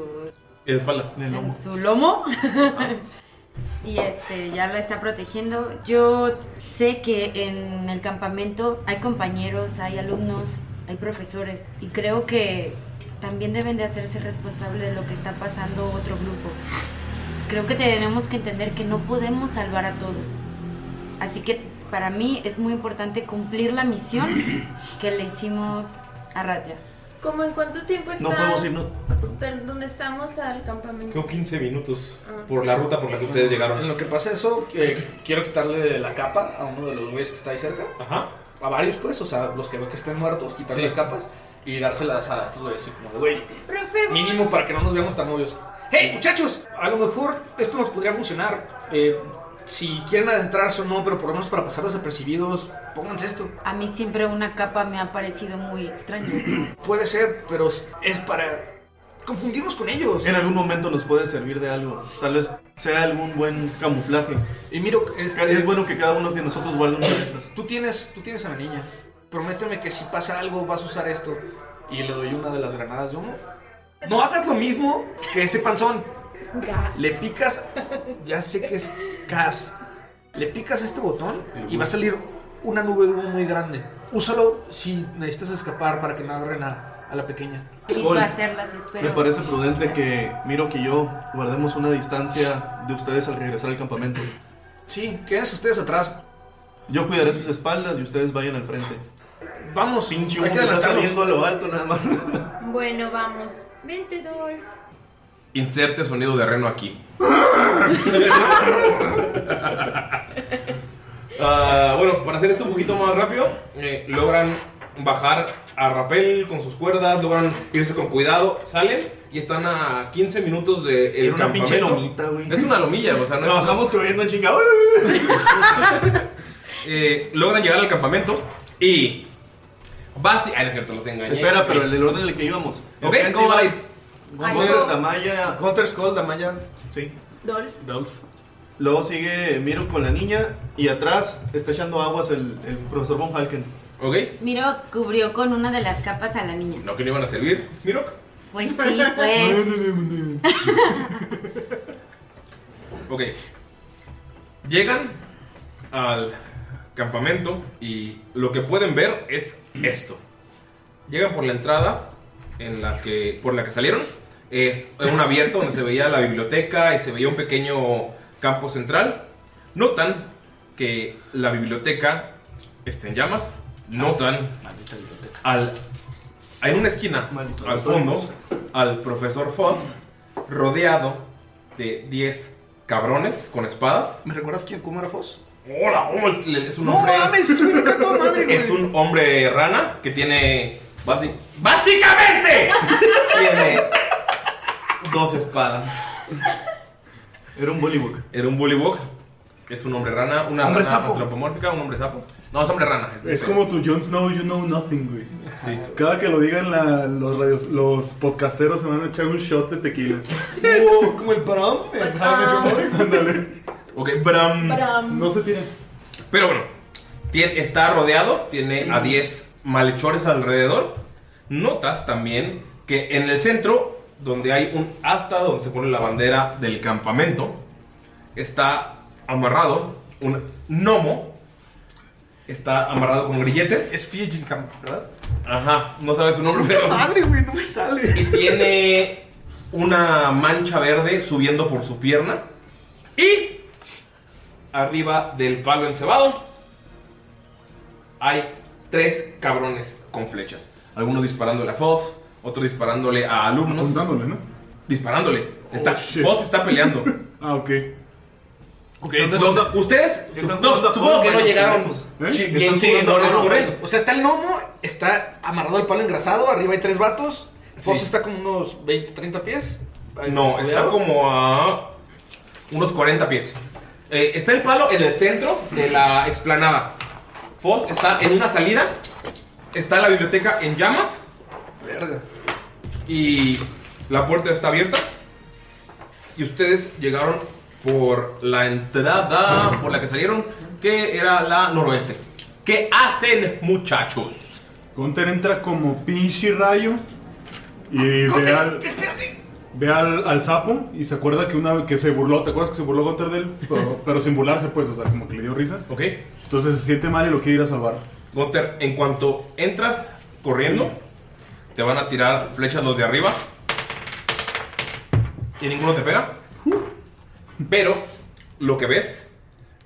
B: En la espalda.
G: En el
F: en su lomo. y este, ya la está protegiendo. Yo sé que en el campamento hay compañeros, hay alumnos, hay profesores. Y creo que también deben de hacerse responsable de lo que está pasando otro grupo. Creo que tenemos que entender que no podemos salvar a todos. Así que para mí es muy importante cumplir la misión que le hicimos a Raya.
E: ¿Cómo en cuánto tiempo está?
B: No podemos irnos.
E: Pero, ¿Dónde estamos al campamento?
B: Creo 15 minutos
C: Ah.
B: por la ruta por la que ustedes
C: En
B: llegaron.
C: lo que pasa eso, que quiero quitarle la capa a uno de los güeyes que está ahí cerca.
B: Ajá.
C: A varios, pues, o sea, los que veo que estén muertos, quitarle las capas y dárselas a estos güeyes. así como de, güey,
E: Profe,
C: mínimo para que no nos veamos tan obvios. ¡Hey, muchachos! A lo mejor esto nos podría funcionar. Eh, si quieren adentrarse o no, pero por lo menos para pasar desapercibidos, pónganse esto.
F: A mí siempre una capa me ha parecido muy extraño.
C: Puede ser, Eh, pero es para confundirnos con ellos.
G: En algún momento nos puede servir de algo. Tal vez sea algún buen camuflaje.
C: Y miro, este-
G: es bueno que cada uno de nosotros guarde una de estas.
C: Tú tienes, tú tienes a la niña. Prométeme que si pasa algo vas a usar esto. Y le doy una de las granadas de humo. No hagas lo mismo que ese panzón.
E: Gas.
C: Le picas, ya sé que es gas. Le picas este botón y
G: humo.
C: va a salir una nube de humo muy grande. Úsalo si necesitas escapar para que no agarren a, a la pequeña.
F: Listo a hacerlas, espero.
G: Me parece prudente que Miro que yo guardemos una distancia de ustedes al regresar al campamento.
C: Sí, quédense ustedes atrás.
G: Yo cuidaré sus espaldas y ustedes vayan al frente.
C: Vamos,
G: pinche
C: hay
G: humo
C: que
G: que está
C: adelantarnos.
G: saliendo a lo alto nada más.
E: Bueno, vamos. Vente, Dolph.
B: Inserte sonido de reno aquí. Ah, bueno, para hacer esto un poquito más rápido, eh, logran bajar a rapel con sus cuerdas, logran irse con cuidado, salen y están a 15 minutos del el
G: Era una
B: campamento.
G: pinche lomita, güey.
B: Es una lomilla, o sea, no es-
G: Nos
B: no es
G: bajamos corriendo en chingado.
B: eh, logran llegar al campamento y basi- Ah, no es cierto, los engañé.
G: Espera, pero el, el orden en el que íbamos.
B: Ok,
C: Eh,
B: ¿cómo va a ir?
G: Gunter, Damaya.
C: Gunter, Skull, Damaya.
G: Sí.
E: Dolph.
G: Luego sigue Miro con la niña y atrás está echando aguas el, el profesor Von Falken.
B: Ok.
F: Miro cubrió con una de las capas a la niña.
B: No que no iban a servir, Mirok.
F: Pues sí, pues.
B: Ok. Llegan al campamento y lo que pueden ver es esto. Llegan por la entrada en la que, por la que salieron. Es un abierto donde se veía la biblioteca y se veía un pequeño campo central. Notan que la biblioteca está en llamas. Notan al, en una esquina, al fondo, al profesor Foss rodeado de 10 cabrones con espadas.
C: ¿Me recuerdas quién cómo era Foss?
B: Hola, ¿cómo es? Le- es un
C: No
B: hombre.
C: mames, es un gato madre, güey.
B: es un hombre rana que tiene Basi- ¡Básicamente! Tiene dos espadas. Era un bullywug. Era un bullywug. Es un hombre rana, una
D: Hombre
B: rana
D: sapo.
B: antropomórfica, un hombre sapo. No, es hombre rana.
D: Es como tu Jon Snow, you know nothing, güey. Cada que lo digan la- los, radios, los podcasteros se van a echar un shot de tequila.
C: Como el Bram. El
D: Bram.
B: Ok, bram.
E: Bram.
D: Mm, No se tiene.
B: Pero bueno, tiene- está rodeado, tiene a 10 malhechores alrededor. Notas también que en el centro, donde hay un asta donde se pone la bandera del campamento, está amarrado un gnomo. Está amarrado con grilletes. Es Fiegilcam, ¿verdad? Ah, Ajá, no sabes su nombre, pero.
C: Madre, güey, no me sale.
B: Y tiene una mancha verde subiendo por su pierna. Y arriba del palo encebado hay tres cabrones con flechas. Algunos disparándole a Foz, otro disparándole a alumnos.
D: Apuntándole, ¿no? Oh,
B: Disparándole. Está,
D: shit.
B: Foz está peleando.
D: Ah, ok.
B: entonces, ustedes su- no, supongo que ¿eh? no llegaron
D: ¿Eh?
B: chi- bien chingones corriendo.
C: O sea, está el gnomo, está amarrado al palo engrasado, arriba hay tres vatos. Foz está como unos 20, 30 pies.
B: No, está
C: Cuidado.
B: como a unos 40 pies. Eh, está el palo en el centro de la explanada. Foz está en una salida. Está la biblioteca en llamas. Verga. Y la puerta está abierta. Y ustedes llegaron por la entrada por la que salieron, que era la noroeste. ¿Qué hacen, muchachos?
D: Gunter entra como pinche rayo y ve al, ve al, al sapo y se acuerda que una vez que se burló, ¿te acuerdas que se burló Gunter de él? Pero, pero sin burlarse pues, o sea, como que le dio risa.
B: Ok.
D: Entonces se siente mal y lo quiere ir a salvar.
B: Gunter, en cuanto entras corriendo, te van a tirar flechas los de arriba. Y ninguno te pega. Pero lo que ves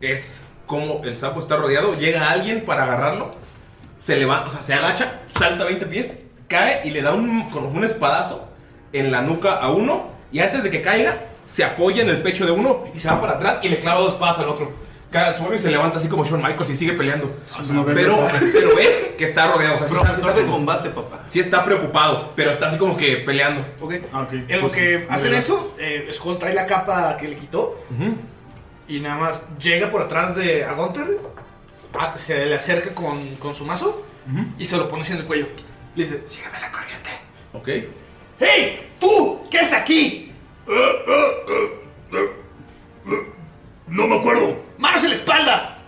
B: es como el sapo está rodeado. Llega alguien para agarrarlo. Se levanta, o sea, se agacha, salta 20 pies, cae y le da un, con un espadazo en la nuca a uno. Y antes de que caiga, se apoya en el pecho de uno y se va para atrás y le clava dos espadas al otro. Cae al suelo y se levanta así como Shawn Michaels y sigue peleando. Pero, pero ves que está rodeado. O sea, sí está, sí está preocupado.
G: combate, papá.
B: Sí está preocupado, pero está así como que peleando.
C: Ok. En
B: pues,
C: lo que hacen eso, eh, Skull trae la capa que le quitó y nada más llega por atrás de a Gunter, a- se le acerca con, con su mazo y se lo pone así en el cuello. Le dice, sígueme la corriente.
B: Ok.
H: Eh,
C: ¡Hey! ¡Tú! ¿Qué es aquí?
H: eh, No me acuerdo.
C: ¡Manos en la espalda!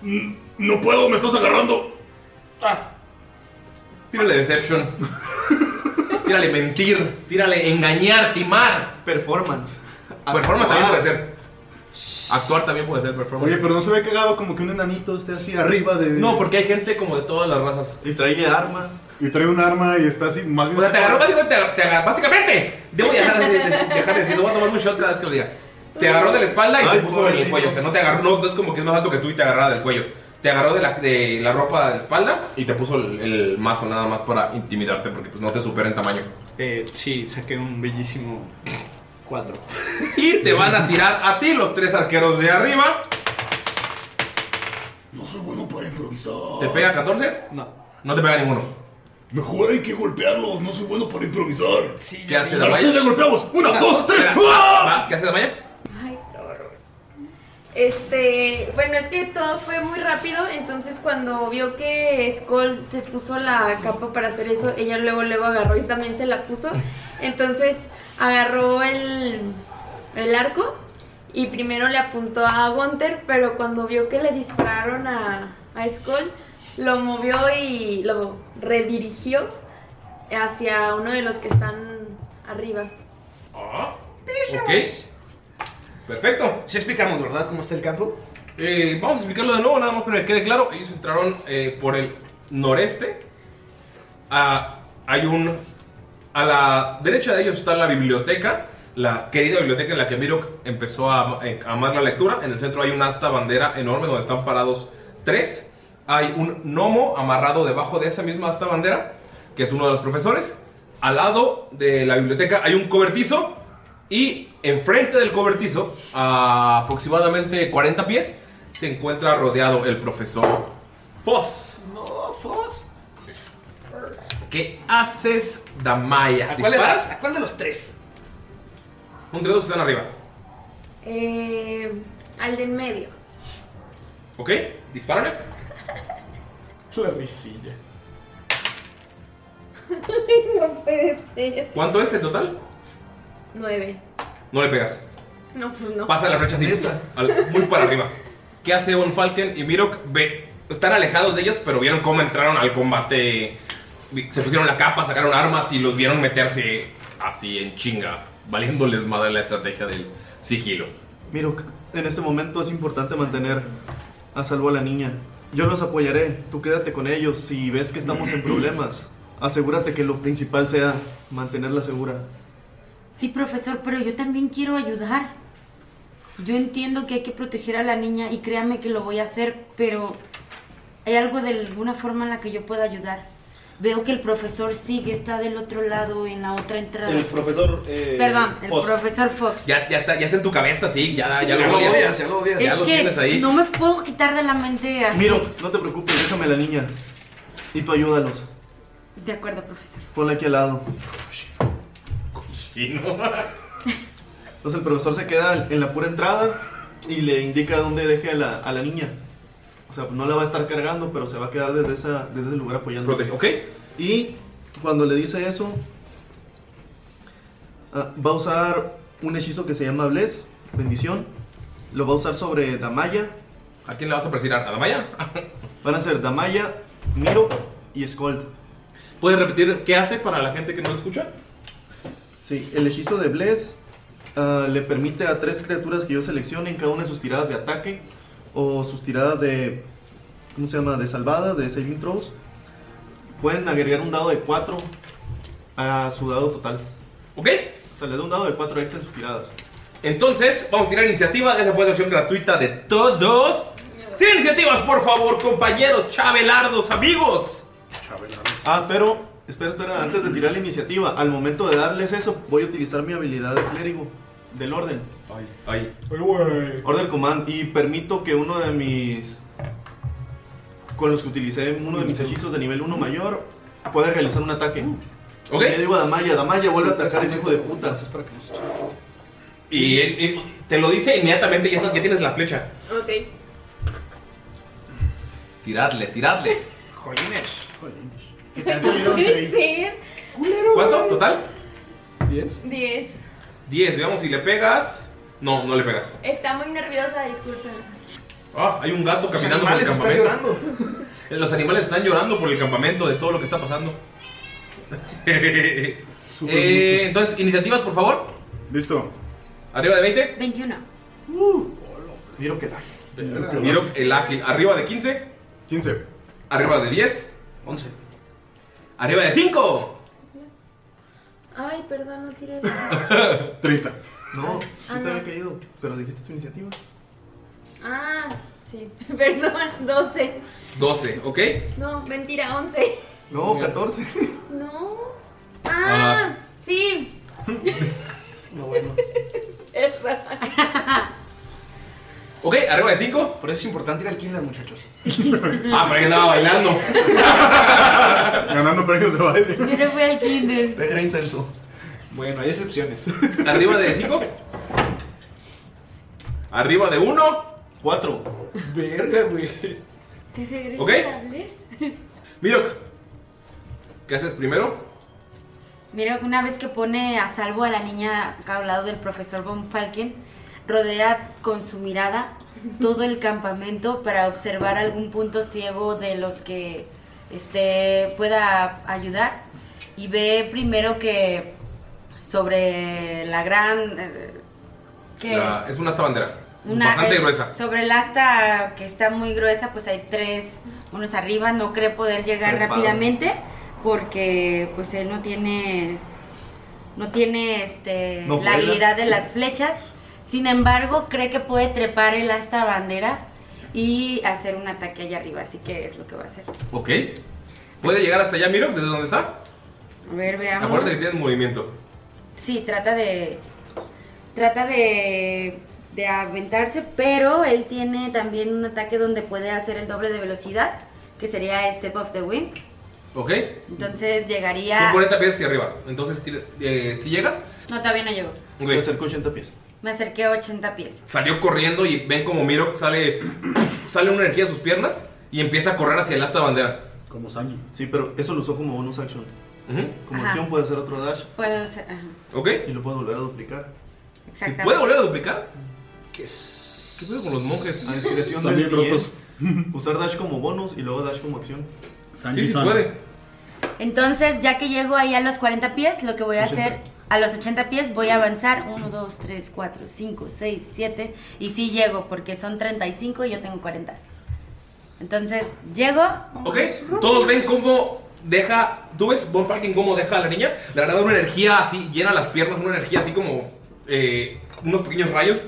H: No puedo, me estás agarrando.
B: Ah. Tírale deception. tírale mentir. Tírale engañar, timar.
G: Performance.
B: Performance también puede
D: Actuar.
B: ser. Actuar también puede ser performance.
D: Oye, pero no se ve cagado como que un enanito esté así arriba de...
B: No, porque hay gente como de todas las razas.
G: Y trae arma.
D: Y trae un arma y está así, más bien...
B: O sea, te agarró básicamente. Te, te agarró- básicamente debo dejar de, de- dejar de decirlo. Voy a tomar un shot cada vez que lo diga. Te agarró de la espalda y
G: Ay,
B: te puso en el cuello. O sea, no te agarró. No, no es como que es más alto que tú y te agarraba del cuello. Te agarró de la, de la ropa de la espalda y te puso el, el mazo nada más para intimidarte porque pues, no te supera en tamaño.
C: Eh, sí, saqué un bellísimo 4.
B: Y te van a tirar a ti los tres arqueros de arriba.
H: No soy bueno para improvisar.
B: ¿Te pega 14?
C: No.
B: No te pega ninguno.
H: Mejor hay que golpearlos, no soy bueno para improvisar.
B: ¿Qué hace
H: A
B: la
H: los
B: malla?
H: tres le golpeamos. Una, dos, tres.
B: Espera.
H: ¡Ah!
B: Va, ¿Qué hace la malla?
E: Ay, cabrón. Este, bueno, es que todo fue muy rápido, entonces cuando vio que Skull se puso la capa para hacer eso, ella luego luego agarró y también se la puso. Entonces agarró el, el arco y primero le apuntó a Gunter, pero cuando vio que le dispararon a, a Skull, lo movió y lo redirigió hacia uno de los que están arriba.
B: Ok. Perfecto. Eh,
C: Si explicamos, ¿verdad? ¿Cómo está el campo?
B: vamos a explicarlo de nuevo, nada más para que quede claro. Ellos entraron eh, por el noreste. Ah, hay un. A la derecha de ellos está la biblioteca. La querida biblioteca en la que Mirok empezó a am- eh, a amar la lectura. En el centro hay una asta bandera enorme donde están parados tres. Hay un gnomo amarrado debajo de esa misma asta bandera, que es uno de los profesores. Al lado de la biblioteca hay un cobertizo y enfrente del cobertizo, a aproximadamente 40 pies, se encuentra rodeado el profesor Foss.
C: No, Foz.
B: ¿Qué haces, Damaya?
C: ¿A cuál, de los,
B: ¿Disparas?
C: Ah, ¿A cuál de los tres?
B: Un tres dos que están arriba.
E: Eh, al de en medio.
B: ¿Ok? Dispárame.
C: La risilla.
E: no puede ser.
B: ¿Cuánto es en total?
E: Nueve.
B: No le pegas.
E: No, pues no.
B: Pasa la flecha así, al- muy para arriba. ¿Qué hace Von Falken y Mirok? Ve, están alejados de ellos, pero vieron cómo entraron al combate. Vi- Se pusieron la capa, sacaron armas y los vieron meterse así en chinga, valiéndoles madre la estrategia del sigilo.
G: Miro, en este momento es importante mantener a salvo a la niña. Yo los apoyaré, tú quédate con ellos. Si ves que estamos en problemas, asegúrate que lo principal sea mantenerla segura.
F: Sí, profesor, pero yo también quiero ayudar. Yo entiendo que hay que proteger a la niña y créame que lo voy a hacer, pero hay algo de alguna forma en la que yo pueda ayudar. Veo que el profesor sigue, está del otro lado, en la otra entrada.
B: profesor. eh,
F: Perdón, el profesor Fox.
B: Ya, ya está, ya está en tu cabeza, sí, ya, ya,
G: Ya
B: lo
G: lo
B: odias.
G: odias, ya lo odias.
B: Ya
F: es
B: lo tienes
F: que
B: ahí.
F: no me puedo quitar de la mente así.
G: Miro, no te preocupes, déjame a la niña. Y tú ayúdalos.
F: De acuerdo, profesor.
G: Ponla aquí al lado.
B: Entonces
G: el profesor se queda en la pura entrada y le indica dónde deje a la, a la niña. O sea, no la va a estar cargando, pero se va a quedar desde, esa, desde ese lugar apoyando.
B: Protege, ok.
G: Y cuando le dice eso, ah, va a usar un hechizo que se llama Bless, bendición. Lo va a usar sobre Damaya.
B: ¿A quién le vas a presionar? ¿A Damaya?
G: Van a ser Damaya, Miro y Scold.
B: ¿Puedes repetir qué hace para la gente que no lo escucha?
G: Sí, el hechizo de Bless ah, le permite a tres criaturas que yo seleccione en cada una de sus tiradas de ataque o sus tiradas de. ¿Cómo se llama? De salvada, de saving throws. Pueden agregar un dado de 4 a su dado total.
B: ¿Ok?
G: O sea, le da un dado de 4 extra en sus tiradas.
B: Entonces, vamos a tirar iniciativa. Esa fue la acción gratuita de todos. Tienen iniciativas, por favor, compañeros, chabelardos, amigos.
G: Ah, pero, espera, espera, antes de tirar la iniciativa, al momento de darles eso, voy a utilizar mi habilidad de clérigo del orden.
B: Ay, ay.
G: Order command y permito que uno de mis. Con los que utilicé uno de mis hechizos de nivel 1 mayor, pueda realizar un ataque.
B: Ok.
G: Le digo a Damaya, Damaya vuelve a atacar a ese hijo de puta.
B: Y, él- él te lo dice inmediatamente. Ya, estás- ya tienes la flecha.
E: Ok.
B: Tiradle, tiradle.
C: Jolines.
E: ¿Qué te puede ser?
B: ¿Cuánto? ¿Total?
D: 10.
E: Diez.
B: 10. Veamos si le pegas. No, no le pegas.
E: Está muy nerviosa, disculpen.
B: Ah, hay un gato caminando por el
C: animales están
B: campamento. Los animales están llorando por el campamento de todo lo que está pasando. Eh, entonces, iniciativas, por favor.
D: Listo.
B: Arriba de 20.
F: 21.
G: Miro que da.
B: Miro el ágil. Arriba de 15.
D: 15.
B: Arriba de 10. 11. Arriba de 5.
E: Ay, perdón, no tiré.
D: 30.
G: No, sí
E: Ah,
G: te
E: no.
G: había caído, pero dijiste tu iniciativa.
E: Ah, sí. Perdón, 12.
B: 12, ¿ok?
E: No, mentira, 11.
G: No, 14.
E: No. Ah, sí.
C: No, bueno.
E: Es raro.
B: Ok, arriba de 5.
C: Por eso es importante ir al kinder, muchachos.
B: Ah, pero ahí andaba bailando.
D: Ganando premios de baile.
F: Yo no voy al kinder.
G: Era intenso.
C: Bueno, hay excepciones.
B: Arriba de 5. Arriba de 1.
G: 4.
C: Verga, güey.
F: ¿Te regresas
B: Ok.
F: a Bless?
B: Mirok, ¿qué haces primero?
F: Mira, una vez que pone a salvo a la niña acá al lado del profesor Von Falken, rodea con su mirada todo el campamento para observar algún punto ciego de los que este, pueda ayudar. Y ve primero que sobre la gran... eh, ¿qué
B: La- es? una asta bandera.
F: Una-
B: bastante
F: es-
B: gruesa.
F: Sobre el asta que está muy gruesa, pues hay tres, unos arriba, no cree poder llegar
G: Trepados.
F: rápidamente porque pues él no tiene no tiene este
G: No
F: la
G: vuela.
F: habilidad de las flechas. Sin embargo, cree que puede trepar el asta bandera y hacer un ataque allá arriba, así que es lo que va a hacer.
B: Ok. ¿Puede llegar hasta allá, Mirok? ¿Desde dónde está?
F: A ver, veamos.
B: Acuérdate que tienes movimiento.
F: Sí, trata de. Trata de. de aventarse, pero él tiene también un ataque donde puede hacer el doble de velocidad, que sería este Buff the Wind.
B: ¿Ok?
F: Entonces llegaría.
B: Son 40 pies hacia arriba. Entonces, tira- eh, si llegas,
F: No, todavía no llegó.
B: se acercó 80 pies.
F: Me acerqué a 80 pies.
B: Salió corriendo y ven como Miro sale, sale una energía de sus piernas y empieza a correr hacia el asta bandera.
G: Como Sanji. Sí, pero eso lo usó como bonus action. Como
F: Ajá.
G: acción puede hacer otro dash.
F: Puedo ser. ajá,
B: ¿Ok?
G: Y lo puedes volver a duplicar.
F: Exactamente.
B: ¿Puede volver a duplicar? ¿Qué es? ¿Qué pedo con los monjes?
G: A inspiración
B: También
G: del DM.
B: rotos.
G: Usar dash como bonus y luego dash como acción.
B: Sí, sí puede.
F: Entonces, ya que llego ahí a los 40 pies, lo que voy a
G: 80.
F: hacer. A los 80 pies voy a avanzar 1, 2, 3, 4, 5, 6, 7 y sí llego porque son 35 y yo tengo 40. Entonces llego,
B: ¿Ok? Todos ven cómo deja. Tú ves, Von Falken, cómo deja a la niña. De la nada, una energía así, llena las piernas, una energía así como. eh, unos pequeños rayos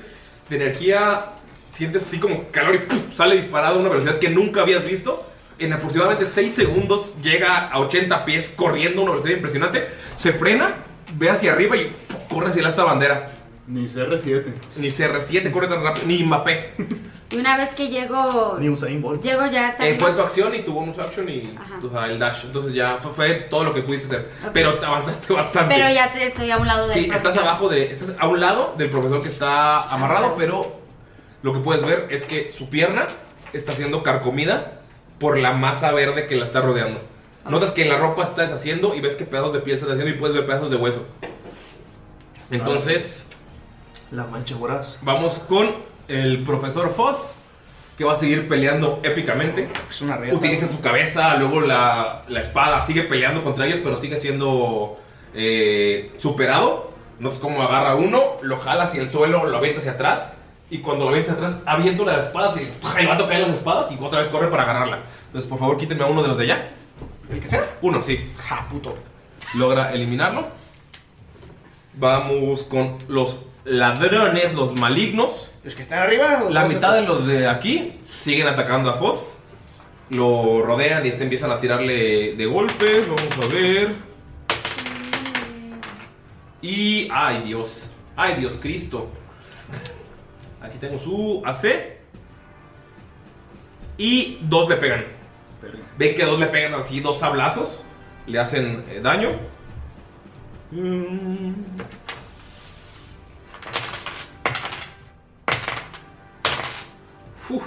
B: de energía. Sientes así como calor y ¡puf! sale disparado a una velocidad que nunca habías visto. En aproximadamente 6 segundos llega a 80 pies corriendo a una velocidad impresionante. Se frena, ve hacia arriba y ¡puf! corre hacia esta bandera. Ni CR7. Ni CR7 corre tan rápido. Ni Mbappé.
F: y una vez que llego,
B: Usain Bolt.
F: llego ya hasta.
B: Eh, fue tu acción y tu bonus action y tu- ajá, el dash. Entonces ya fue, fue todo lo que pudiste hacer.
F: Ok.
B: Pero te avanzaste bastante.
F: Pero ya te- estoy a un lado de
B: sí, estás abajo de. Estás a un lado del profesor que está amarrado, pero lo que puedes ver es que su pierna está siendo carcomida por la masa verde que la está rodeando. Notas que la ropa está deshaciendo y ves que pedazos de piel está deshaciendo y puedes ver pedazos de hueso. Entonces. La mancha voraz. Vamos con el profesor Foss, que va a seguir peleando épicamente. Es una Utiliza su cabeza, luego la, la espada, sigue peleando contra ellos, pero sigue siendo eh, superado. Notas cómo agarra uno, lo jala hacia el suelo, lo avienta hacia atrás. Y cuando lo avienta hacia atrás, aviento las espadas y, ¡pah! y va a tocar las espadas y otra vez corre para agarrarla. Entonces, por favor, quítenme a uno de los de allá. ¿El que sea? Uno, sí. Ja, puto. Logra eliminarlo. Vamos con los ladrones, los malignos.
C: ¿Los que están arriba? o
B: La
C: todos
B: mitad de
C: estos?
B: los de aquí siguen atacando a Foz. Lo rodean y este empiezan a tirarle de golpes. Vamos a ver. Y. ¡Ay, Dios! ¡Ay, Dios Cristo! Aquí tengo su AC. Y dos le pegan. Ven que dos le pegan así, dos sablazos. Le hacen eh, daño. Mm. Uf.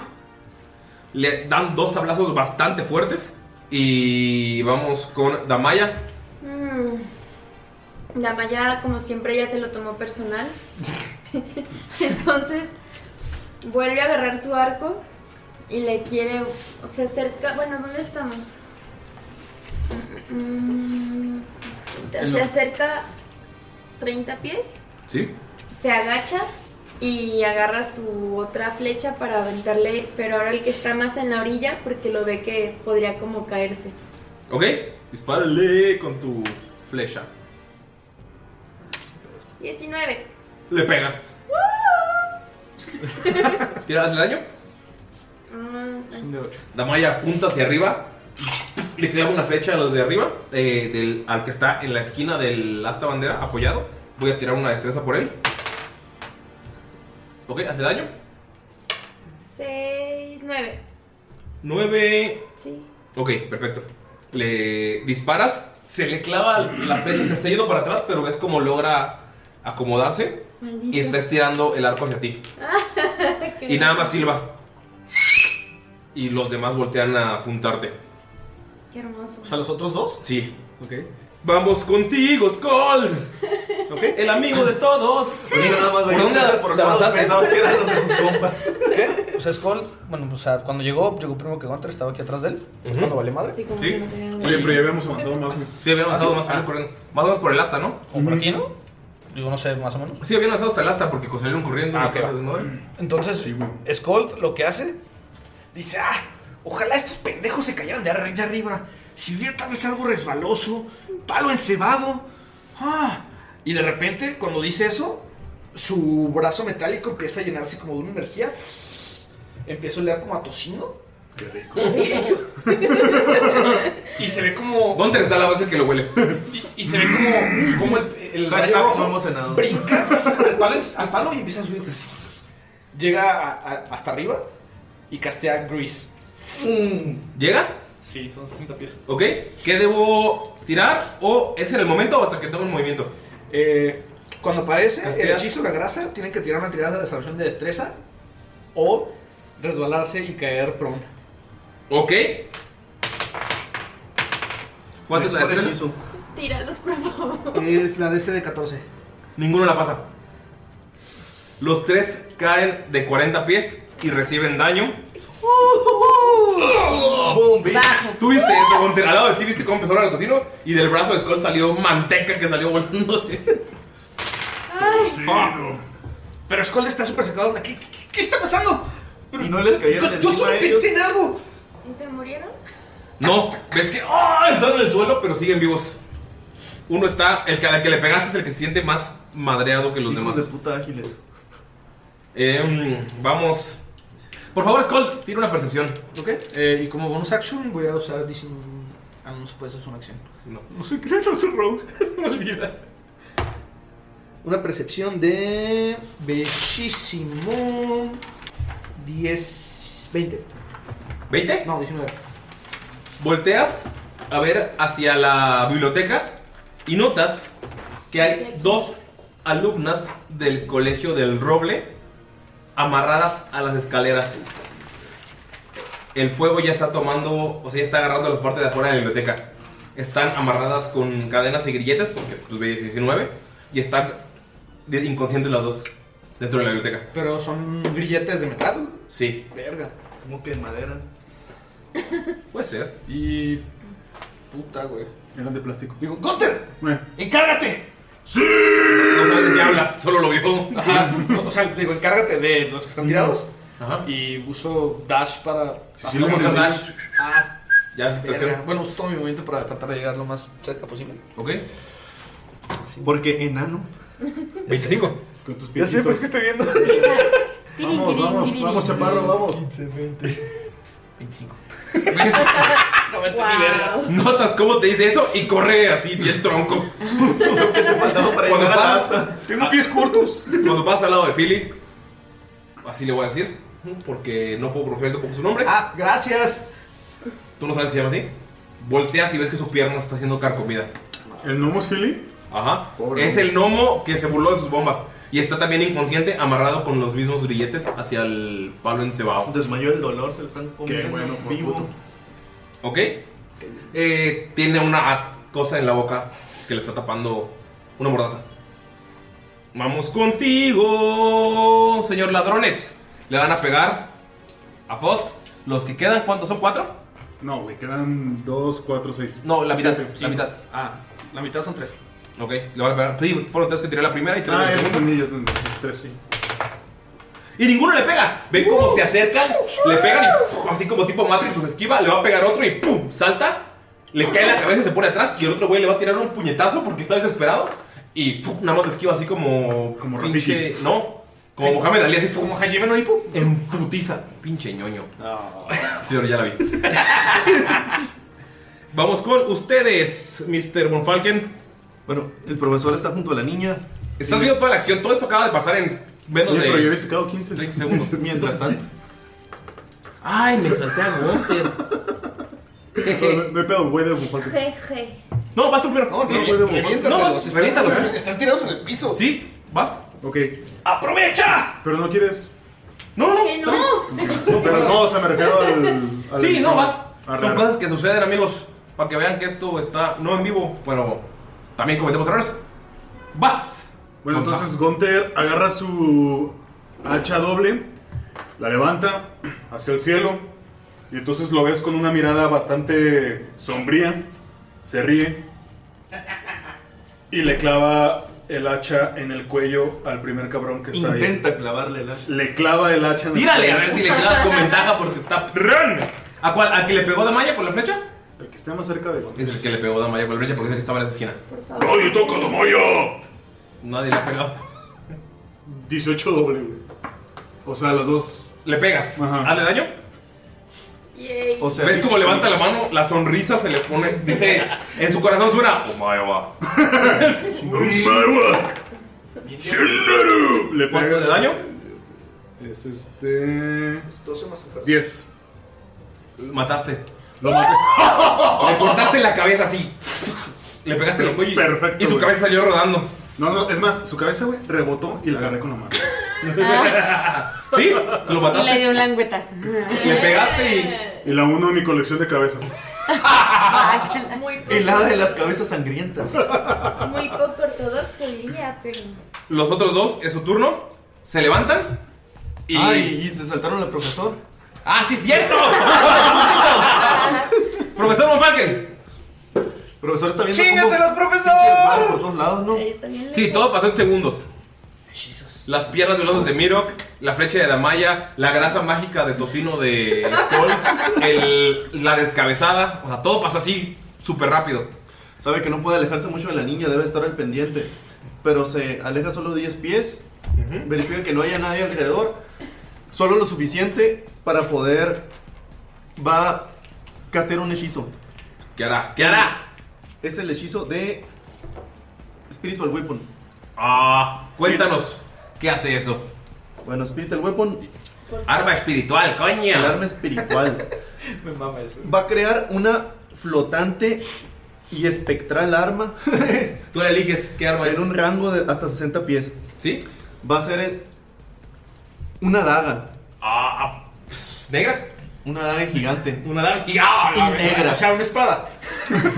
B: Le dan dos sablazos bastante fuertes. Y vamos con Damaya.
E: Mm. Damaya, como siempre, ya se lo tomó personal. Entonces, vuelve a agarrar su arco y le quiere. Se acerca. Bueno, ¿dónde estamos? Mm,
B: En
E: se
B: lo-
E: acerca 30 pies,
B: ¿Sí?
E: se agacha y agarra su otra flecha para aventarle, pero ahora el que está más en la orilla porque lo ve que podría como caerse.
B: Ok, dispárale con tu flecha.
E: 19.
B: Le pegas. ¿Tiras el daño?
E: Ah,
B: Damaya apunta hacia arriba. Le clava una flecha a los de arriba. eh, del, al que está en la esquina del asta bandera apoyado. Voy a tirar una destreza por él. Ok, hazle daño.
E: 6, 9.
B: 9.
E: Sí.
B: Ok, perfecto. Le disparas, se le clava la flecha, se está yendo para atrás, pero ves cómo logra acomodarse
E: Maldito.
B: y está estirando el arco hacia ti. Y nada más silba. Y los demás voltean a apuntarte.
E: Qué hermoso.
B: los otros dos? Sí. Ok. Vamos contigo, Skull. El amigo de todos.
G: nada más
B: ¿Por
G: veía
B: dónde
G: flechas por
B: te
G: todos,
B: avanzaste?
G: pensaba que eran los de
I: sus compas. ¿Qué? O sea, Skull, bueno, o sea, cuando llegó, llegó primero que Gunter, estaba aquí atrás de él. ¿Cuándo vale madre?
E: Sí,
B: Sí. que no
E: se
D: Oye, pero ya habíamos avanzado más. güey.
B: Sí, había avanzado
D: Ah,
B: más, o
D: ah.
B: menos corriendo. más o menos por el asta, ¿no?
I: ¿O por aquí, no? Mm. Digo, no sé, más o menos.
B: Sí, había avanzado hasta el asta porque salieron corriendo.
I: Ah,
B: y
I: ok,
B: cosas
I: va.
B: de madre.
I: Entonces, Skull lo que hace, dice, ah, ojalá estos pendejos se cayeran de arri- de arriba. Si hubiera tal vez algo resbaloso, palo encebado.
C: Ah. Y de repente, cuando dice eso, su brazo metálico empieza a llenarse como de una energía. Empieza a oler como a tocino. Qué rico. y se ve como.
B: ¿Dónde está la base que lo huele?
C: Y se ve como, como el, el rayo
G: Hashtag
C: rojo
G: no hemos cenado.
C: brinca al palo, al palo y empieza a subir. Llega a- a- hasta arriba y castea Grease.
B: ¿Llega?
C: Sí, son 60 pies.
B: ¿Ok? ¿Qué debo tirar? ¿O es en el momento o hasta que tengo un movimiento?
C: Eh, cuando aparece el
B: Casteas.
C: hechizo de la grasa, tienen que tirar una tirada de salvación de destreza o resbalarse y caer prone.
B: ¿Ok? ¿Cuánto es la
C: Mejor
B: destreza?
C: hechizo.
E: Tíralos, por favor.
C: Es la DC de 14.
B: Ninguno la pasa. Los tres caen de 40 pies y reciben daño.
E: Uh.
B: Tuviste eso, Gunter. Al lado de ti viste cómo empezó a hablar el tocino y del brazo de Scott salió manteca que salió volteándose.
C: Ah. Pero Skull está súper sacado. ¿Qué, qué, qué está pasando? y no les
G: cayeron
C: Yo
G: encima
C: solo
G: a ellos.
C: pensé en algo.
E: ¿Y se murieron?
B: No, ves que ¡ah! están en el suelo, pero siguen vivos. Uno está, el que, al que le pegaste es el que se siente más madreado que los demás.
G: de puta ágiles.
B: Em, vamos. Por favor, Skull, tira una percepción.
C: Ok. eh, y como bonus action voy a usar Disin... Ah, no se puede, eso es una acción.
B: No.
C: No sé qué no soy rogue. Se me olvida. Una percepción de... Bellísimo... 10... 20.
B: ¿20?
C: No, 19.
B: Volteas a ver hacia la biblioteca y notas que hay dos alumnas del colegio del Roble amarradas a las escaleras. El fuego ya está tomando, o sea, ya está agarrando las partes de afuera de la biblioteca. Están amarradas con cadenas y grilletes, porque pues veis 19, y están de- inconscientes las dos dentro de la biblioteca.
C: Pero son grilletes de metal.
B: Sí,
C: Verga. Como que de madera.
B: puede ser.
C: Y... Puta, güey.
D: Eran de plástico.
C: Digo, ¡Gunter! ¡Encárgate!
B: ¡Sí! No sabes de qué habla, solo lo vio.
C: Ajá. no, O sea, digo, encárgate de los que están tirados. Y uso dash para.
B: Sí, sí, lo vamos a hacer dash.
C: Ah,
B: Ya se
C: verga.
B: estaciona.
C: Bueno, uso todo mi movimiento para tratar de llegar lo más cerca posible.
B: ¿Ok?
G: Porque enano.
B: 25.
G: Con tus
C: Ya sé, pues,
G: que estoy viendo.
D: Vamos, vamos, vamos, chaparro, vamos.
C: 25.
B: No Notas cómo te dice eso y corre así bien tronco. cuando pasas, tengo pies cortos. Cuando pasas al lado de Philly, así le voy a decir, porque no puedo pronunciar tampoco su nombre.
C: Ah, gracias.
B: Tú no sabes que se llama así. Volteas y ves que su pierna está haciendo carcomida.
D: ¿El gnomo es Philly?
B: Ajá.
D: Pobre
B: es el gnomo que se burló de sus bombas. Y está también inconsciente, amarrado con los mismos grilletes hacia el palo encebado.
G: Desmayó el dolor, se lo están comiendo
D: bueno, por
G: vivo.
B: ¿Ok? Eh, tiene una a- cosa en la boca que le está tapando una mordaza. Vamos contigo, señor ladrones. Le van a pegar a Foz. Los que quedan, ¿cuántos son? ¿Cuatro?
D: No, güey, quedan 2, 4, 6.
B: No, la mitad.
D: Siete.
B: La mitad.
C: Ah, la mitad son tres.
B: Ok, le van a pegar. Sí, fueron tres que tiré la primera y tres
D: Ah,
B: de la
D: ya
B: segunda.
D: entendí, ya entendí. 3, sí.
B: Y ninguno le pega. Ven cómo se acercan, le pegan y ¡puf! así como tipo Matrix los esquiva, le va a pegar otro y ¡pum! salta, le cae en la cabeza y se pone atrás y el otro güey le va a tirar un puñetazo porque está desesperado y ¡puf! nada más lo esquiva así como como pinche,
D: Rafiki.
B: no, como Mohamed Ali así ¡puf!
C: Como Hajime no Hippo.
B: en putiza, pinche ñoño. Sí, ahora ya la vi. Vamos con ustedes, Mr. Bonfalken.
G: Bueno, el profesor está junto a la niña.
B: Estás viendo toda la acción, todo esto acaba de pasar en menos
D: Oye, pero yo
B: de
D: había sacado 15.
B: 30 segundos.
G: Mientras tanto,
B: Ay, me salté a Gunter.
D: No, no hay pedo, güey, de bufante.
E: Jeje.
B: No, vas tú primero. No,
D: no, pues, puedo.
B: no, vas, reviéntalos.
C: Están tirados en el piso.
B: Sí, vas.
D: Ok,
B: ¡Aprovecha!
D: pero no quieres.
B: No, no,
E: ¿Que
B: no.
E: no?
B: ¿sabes?
D: Pero no, o sea, me refiero al. al- Ah,
B: Sí, no, vas.
D: Arre,
B: Son
D: arre.
B: cosas que suceden, amigos. Para que vean que esto está no en vivo, pero también cometemos errores. ¡Vas!
D: Bueno, entonces Gunther agarra su hacha doble, la levanta hacia el cielo, y entonces lo ves con una mirada bastante sombría, se ríe, y le clava el hacha en el cuello al primer cabrón que está ahí.
G: intenta clavarle el hacha.
D: Le clava el hacha en el
B: Tírale a
D: cuello.
B: ver si le quedas con ventaja porque está. ¡Run! ¿A cuál? ¿Al que le pegó Damaya con la flecha?
D: El que esté más cerca de Gunther.
B: Es el que le pegó Damaya con la flecha porque es el que estaba en esa esquina.
E: Por favor.
H: ¡Ay, toca de moyo!
B: Nadie le ha pegado.
D: 18 doble, güey. O sea, los dos.
B: Le pegas.
D: Ajá.
B: Hazle daño.
E: Yay.
G: O sea,
B: ¿Ves cómo
G: pinche-
B: levanta la mano? La sonrisa se le pone. Dice, en su corazón suena. Oh my god.
H: ¡Umawa! ¡Shineru!
D: Le
B: ¿Cuánto
D: pega.
B: de daño?
D: Es este.
C: Es 12 más tu
D: 10.
B: Mataste. Lo maté. Le cortaste la cabeza así. Le pegaste el cuello. Perfecto. Y su cabeza salió rodando.
D: No, no, es más, su cabeza, güey, rebotó y la agarré con la mano.
B: ¿Sí? Lo
F: Y le dio languetas.
D: Le pegaste y. Y la uno en mi colección de cabezas.
G: El hada de las cabezas sangrientas.
E: Muy poco ortodoxo, diría, pero.
B: Los otros dos, es su turno. Se levantan. Y.
G: Ah, y, y se saltaron al profesor.
B: ¡Ah, sí, es cierto! profesor Von Falken.
G: Profesor está viendo.
I: ¡Chínganselos,
G: profesor!
I: profesor!
G: Por todos lados, ¿no?
B: Sí, todo pasó en segundos. Las piernas velozas de Mirok, la flecha de Damaya, la grasa mágica de tocino de Skull, el- la descabezada. O sea, todo pasó así, súper rápido.
G: Sabe que no puede alejarse mucho de la niña, debe estar al pendiente. Pero se aleja solo 10 pies, verifica que no haya nadie alrededor, solo lo suficiente para poder. Va a castear un hechizo.
B: ¿Qué hará? ¿Qué hará?
G: Es el hechizo de Spiritual Weapon.
B: Ah, cuéntanos, ¿qué hace eso?
G: Bueno, Spiritual Weapon.
B: Arma espiritual, coño.
G: El arma espiritual.
C: Me mama eso.
G: Va a crear una flotante y espectral arma.
B: Tú la eliges, ¿qué arma
G: en un rango de hasta 60 pies.
B: ¿Sí?
G: Va a ser eh, una daga.
B: Ah, ¿Negra?
G: Una daga gigante.
B: Una daga gigante. Ah,
G: Negra.
C: O sea, una espada.
B: No, no,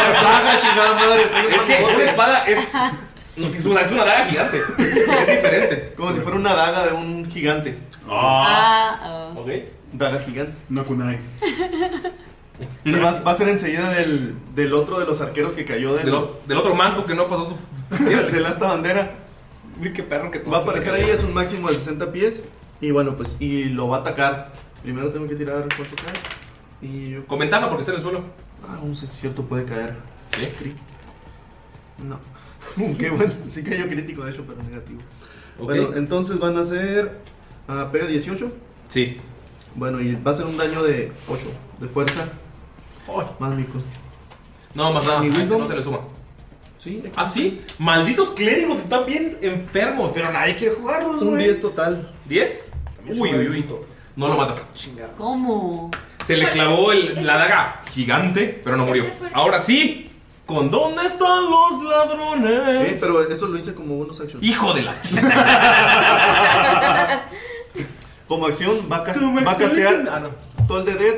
B: es
G: daga, chingada madre.
B: Es que una espada es. Es una, es una daga gigante. Es diferente.
G: Como si fuera una daga de un gigante.
F: Ah,
B: ok.
G: Daga gigante.
D: Una kunai.
G: Y va, va a ser enseguida del, del otro de los arqueros que cayó del,
B: Del, o- del otro manco que no pasó su.
G: de la esta bandera.
B: qué perro que
G: Va a aparecer ahí, es un máximo de 60 pies. Y bueno, pues, y lo va a atacar. Primero tengo que tirar cuánto cae. Y yo.
B: Con ventaja porque está en el suelo.
G: Ah, un es cierto, puede caer.
B: ¿Sí?
G: No. Qué bueno. Sí cayó crítico, de hecho, pero negativo.
B: Ok.
G: Bueno, eh, entonces van a ser. ah, pega 18.
B: Sí.
G: Bueno, y va a ser un daño de 8 de fuerza. Más mi costo.
B: No, más nada.
G: ¿Mi
B: a ese
G: wisdom?
B: No se le suma.
G: Sí, aquí.
B: ¿Ah, sí? Malditos clérigos están bien enfermos.
C: Pero nadie quiere jugarlos,
G: Un
C: güey.
G: 10 total.
B: ¿10? Uy, uy, uy. No lo matas.
C: Chingado.
F: ¿Cómo?
B: Se le clavó el- la daga gigante, pero no murió. Ahora sí. ¿Con dónde están los ladrones?
G: Eh, pero eso lo hice como bonus action.
B: Hijo de la.
G: Como acción va a, cas-
B: Tú me
G: va a castear
B: Ah, no.
G: Toll the Dead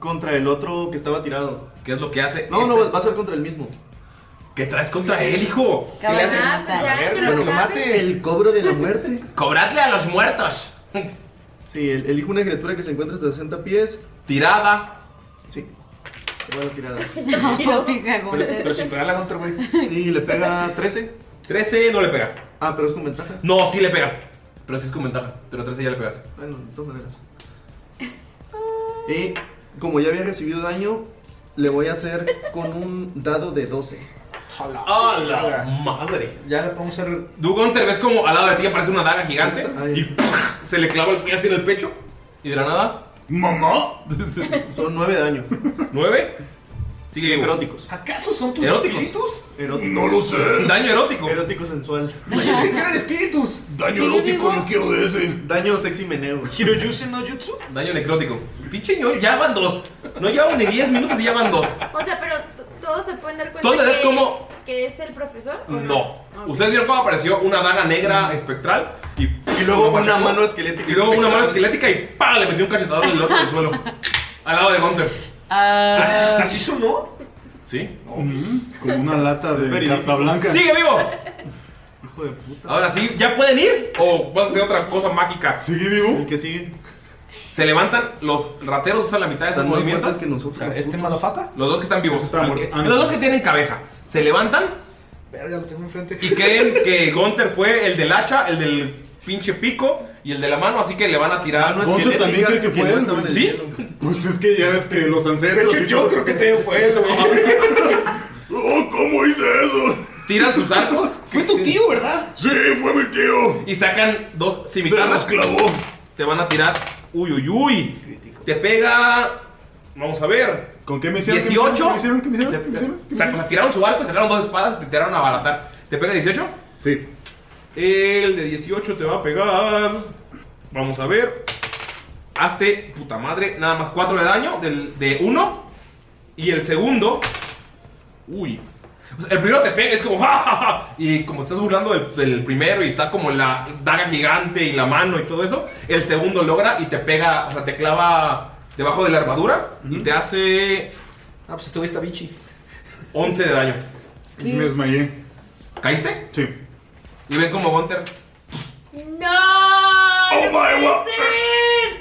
G: contra el otro que estaba tirado.
B: ¿Qué es lo que hace?
G: No,
B: ese?
G: no, va a ser contra el mismo.
B: ¿Qué traes contra él, hijo? ¿Qué le hace?
E: Ah, pues ya, que lo mate.
G: El cobro de la muerte.
B: Cobradle a los muertos.
G: Sí, el- elijo una criatura que se encuentra hasta 60 pies.
B: Tirada.
G: Sí. Buena tirada.
F: Oiga,
C: Pero sin pegarla contra, güey.
G: Y le pega 13.
B: 13 no le pega.
G: Ah, pero es con ventaja.
B: No, sí le pega. Pero sí es con ventaja. Pero 13 ya le pegaste.
G: Bueno, de todas maneras. Y como ya había recibido daño, le voy a hacer con un dado de 12.
B: ¡A la madre!
C: Ya le podemos hacer.
B: Dugón, te ves como al lado de ti aparece una daga gigante
G: Ay.
B: y ¡puf! se le clava el puñete en el pecho. Y de la nada,
H: ¿Mamá?
G: Son 9 daños.
B: 9. Sigue vivo.
G: Eróticos.
I: ¿Acaso son tus
B: Eróticos.
I: espíritus?
G: Eróticos.
H: No lo sé.
B: Daño erótico.
G: Erótico sensual.
I: Dijiste que eran espíritus.
H: Daño
E: ¿Sigue
H: erótico,
E: vivo?
H: no quiero de ese.
G: Daño sexy meneo.
I: ¿Hiroyusen no jutsu?
B: Daño necrótico. Pinche ñoño, ya van dos. No llevan ni 10 minutos y ya van dos.
E: O sea, pero t- todos se pueden dar cuenta.
B: Todos le dan
E: que,
B: como-
E: que es el profesor? ¿o
B: No. Ustedes vieron cómo apareció una daga negra espectral y,
G: Y luego
B: lo machacó.
G: una mano esquelética.
B: Y luego una mano esquelética y ¡pá! le metió un cachetador del otro al suelo. Al lado de Gunter.
F: Ah.
I: ¿Así, así sonó?
B: ¿Sí?
D: Con una lata de
G: verídico.
D: carta blanca.
B: ¡Sigue vivo!
G: Hijo de puta.
B: Ahora sí, ¿ya pueden ir? ¿O vas a hacer otra cosa mágica?
D: ¿Sigue
G: El
D: vivo?
G: que sigue.
B: Se levantan, los rateros usan la mitad de su
G: Están más
B: movimiento.
G: fuertes que nosotros.
C: O sea,
G: los
C: este
G: putos.
C: madafaca.
B: Los dos que están vivos.
D: Está
B: al
D: muerto.
B: que-
D: Ah, no.
B: los dos que tienen cabeza. Se levantan
C: Verga, lo tengo enfrente.
B: y creen que Gunter fue el del hacha, el del pinche pico y el de la mano, así que le van a tirar.
G: Mano
D: ¿Gonto también cree Ah, que fue
G: no
D: él?
G: estaba en el
B: ¿Sí?
G: hielo.
D: Pues es que ya ves que los
C: De
D: ancestros.
C: hecho,
D: y
C: yo
D: todo-
C: creo que te fue él, güey.
H: Oh, ¿Cómo hice eso?
B: Tiran sus arcos
I: Fue tu tío, ¿verdad?
H: Sí, fue mi tío.
B: y sacan dos
H: Se las
B: cimitarras.
H: clavó.
B: Te van a tirar. Uy, uy, uy. Te pega. Vamos a ver.
D: ¿Con qué me hicieron? ¿Qué me
B: 18.
D: hicieron? ¿Qué me hicieron? ¿Qué me hicieron? ¿Qué me
B: Te-
D: hicieron?
B: te-
D: ¿Qué me
B: sac-
D: hicieron?
B: Tiraron su arco, sacaron dos espadas, te tiraron a baratar. ¿Te pega 18?
D: Sí.
B: El de 18 te va a pegar. Vamos a ver. Hazte, puta madre, nada más 4 de daño del, de 1. Y el segundo. Uy. O sea, el primero te pega, es como. ¡Ja, ja, ja! Y como te estás burlando del, del primero y está como la daga gigante y la mano y todo eso. El segundo logra y te pega, o sea, te clava debajo de la armadura y te hace. Ah, pues estuve esta bichi. 11 de daño.
D: ¿Qué? Me desmayé.
B: ¿Caíste? Sí. Y ven como Gunter.
E: ¡No! ¡Oh,
H: my God!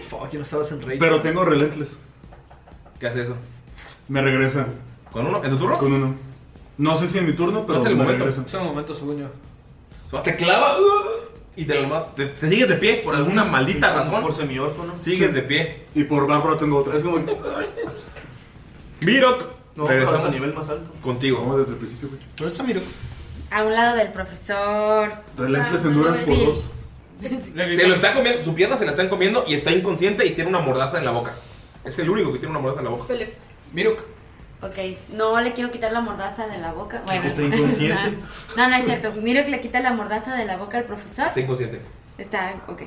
B: Fuck, yo no estabas en rey.
D: Pero tengo Relentless.
B: ¿Qué hace eso?
D: Me regresa.
B: ¿Con uno? ¿En tu turno?
D: Con uno. No sé si en mi turno, pero
B: es el
D: me
B: momento.
D: regresa.
B: Es el momento, según yo. te clava ¡uh! y te, lo ma- te- te sigues de pie por alguna maldita razón. Por semiorco, ¿no? Sigues de pie.
D: Y por Bárbara Ah, tengo otra. Es como.
B: Mirok.
G: No, pero
B: regresamos
G: hasta nivel más alto.
B: Contigo.
D: No, desde el principio, güey.
B: Pero está Mirok.
F: A un lado del profesor.
B: Relentless
F: Ah,
B: Endurance por
F: sí.
B: dos. Se lo está comiendo, su pierna se la están comiendo y está inconsciente y tiene una mordaza en la boca. Es el único que tiene una mordaza en la boca.
E: Philip.
B: Mirok.
F: Ok, no le quiero quitar la mordaza de la boca.
B: Sí,
F: Bueno,
B: está inconsciente.
F: no, no es cierto. Miro que le quita la mordaza de la boca al profesor.
B: Está inconsciente.
F: Está, ok.